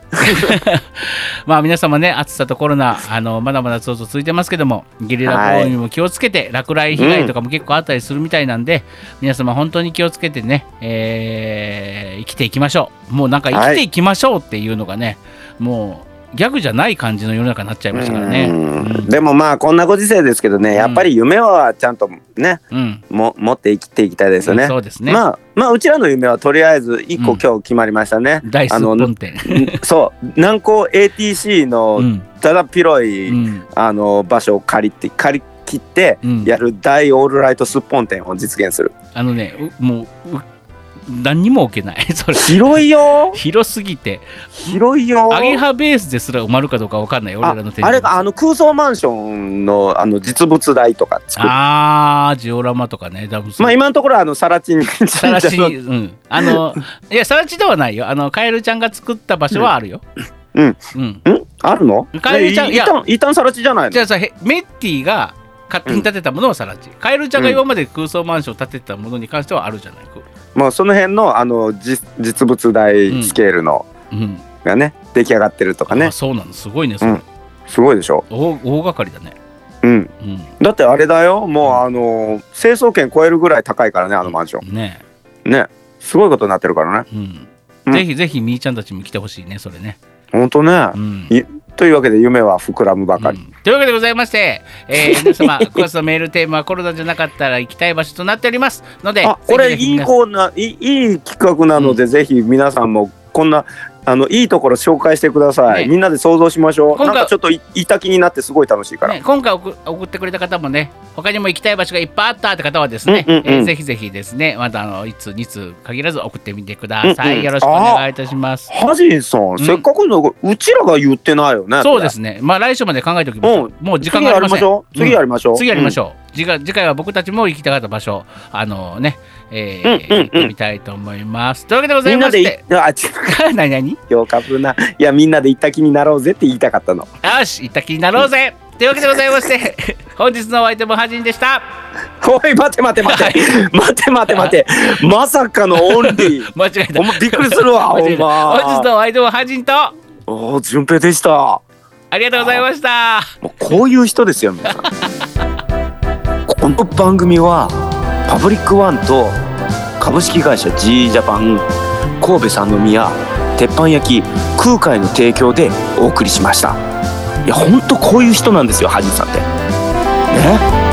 Speaker 1: まあ皆様ね暑さとコロナあのまだまだそうそう続いてますけどもゲリラ豪雨にも気をつけて落雷被害とかも結構あったりするみたいなんで、皆様本当に気をつけてね、えー生きていきましょうもうなんか生きていきましょうっていうのがね、もうギャグじゃない感じの世の中になっちゃいましたからね
Speaker 5: うんでもまあこんなご時世ですけどねやっぱり夢はちゃんとね
Speaker 1: うん、うん
Speaker 5: も持って生きていきたいですよね
Speaker 1: そうですね、
Speaker 5: まあまあうちらの夢はとりあえず一
Speaker 1: う
Speaker 5: 個
Speaker 1: ん
Speaker 5: 今日決まりましたね、
Speaker 1: 大ス
Speaker 5: あの
Speaker 1: ッポン店
Speaker 5: そう南高 ATC
Speaker 1: う
Speaker 5: の
Speaker 1: ん
Speaker 5: ただ広い、
Speaker 1: うん
Speaker 5: あの場所を借りて借り切って
Speaker 1: うん
Speaker 5: やる大オールライトすっぽん店を実現する、
Speaker 1: あのねうもうう何にも置けない それ
Speaker 5: 広いよ
Speaker 1: 広すぎて
Speaker 5: 広いよ
Speaker 1: アゲハベースですら埋まるかどうかわかんない俺らの展示
Speaker 5: ああれがあの空想マンションのあの実物大とか作る
Speaker 1: あージオラマとかね多分そう
Speaker 5: まあ今のところあのさらちに
Speaker 1: さらちに、うん、あのいやさらちではないよあのカエルちゃんが作った場所はあるよ
Speaker 5: うん
Speaker 1: うん
Speaker 5: んあるの
Speaker 1: カエルちゃん
Speaker 5: ね
Speaker 1: いや
Speaker 5: 一旦一旦さらちじゃないの
Speaker 1: じゃあさへメッティが勝手に建てたものはさら地、カエルちゃんが今まで空想マンションを建てたものに関してはあるじゃないか、
Speaker 5: もうその辺のあの実実物大スケールの
Speaker 1: うん
Speaker 5: がね、出来上がってるとかね
Speaker 1: あそうなのすごいねそれ、
Speaker 5: うんすごいでしょ、
Speaker 1: 大大掛かりだね、
Speaker 5: うん、
Speaker 1: う
Speaker 5: だってあれだよもうあの成層圏超えるぐらい高いからねあのマンショ
Speaker 1: ん、ね
Speaker 5: ンねすごいことになってるからね
Speaker 1: え、うん
Speaker 5: うん
Speaker 1: ぜひぜひみーちゃんたちも来てほしいねそれね、
Speaker 5: ほんと
Speaker 1: う
Speaker 5: ね、
Speaker 1: ん
Speaker 5: いというわけで夢は膨らむばか
Speaker 1: う
Speaker 5: り、
Speaker 1: んというわけでございまして、え ー、皆様9月のメールテーマはコロナじゃなかったら行きたい場所となっておりますので
Speaker 5: あこれ
Speaker 1: ぜひぜひ
Speaker 5: いい
Speaker 1: 皆さん
Speaker 5: コーナーいいいい企画なので、ぜひ皆さんもこんなあのいいところ紹介してください、
Speaker 1: ね
Speaker 5: みんなで想像しましょう
Speaker 1: 今回
Speaker 5: なんかちょっといいた気になってすごい楽しいから、
Speaker 1: ね、今回送送ってくれた方もね他にも行きたい場所がいっぱいあったって方はですね、
Speaker 5: うんうんうん
Speaker 1: えーぜひぜひですねまたあのいつ2通限らず送ってみてください、
Speaker 5: うんうん
Speaker 1: よろしくお願いいたします
Speaker 5: ハジンさん、せっかくのうちらが言ってないよね
Speaker 1: そうですねまあ来週まで考えておきましょう、
Speaker 5: うん
Speaker 1: もう時間
Speaker 5: 次
Speaker 1: があ
Speaker 5: や
Speaker 1: りま
Speaker 5: りま
Speaker 1: せん
Speaker 5: しょう次やりましょう、
Speaker 1: 次やりまし
Speaker 5: ょ
Speaker 1: ょう、次回次回は僕たちも行きたかった場所あのねえー
Speaker 5: うんうんうん
Speaker 1: 行ってみたいと思いますというわけでござ
Speaker 5: み
Speaker 1: い
Speaker 5: ん
Speaker 1: ま
Speaker 5: な
Speaker 1: し
Speaker 5: でい
Speaker 1: て
Speaker 5: あち
Speaker 1: 何何
Speaker 5: よかぶな。いや、みんなで行った気になろうぜって言いたかったの。
Speaker 1: よし行った気になろうぜ、というわけでございまして本日のお相手もはじんでした
Speaker 5: おい、待て待て待て。待て待て待て。まさかのオン リー。
Speaker 1: 間違えた
Speaker 5: ほんまびっくりするわ、
Speaker 1: 間
Speaker 5: ほ
Speaker 1: 違
Speaker 5: ん
Speaker 1: えた本日
Speaker 5: ま。
Speaker 1: のお相手もはじんと
Speaker 5: おお、順平でした。
Speaker 1: ありがとうございました。
Speaker 5: もうこういう人ですよ、皆さん。この番組は、パブリックワンと株式会社 G ジャパン、神戸三宮、鉄板焼き、空海の提供でお送りしました。いや、ほんとこういう人なんですよ、ハジンさんって。ね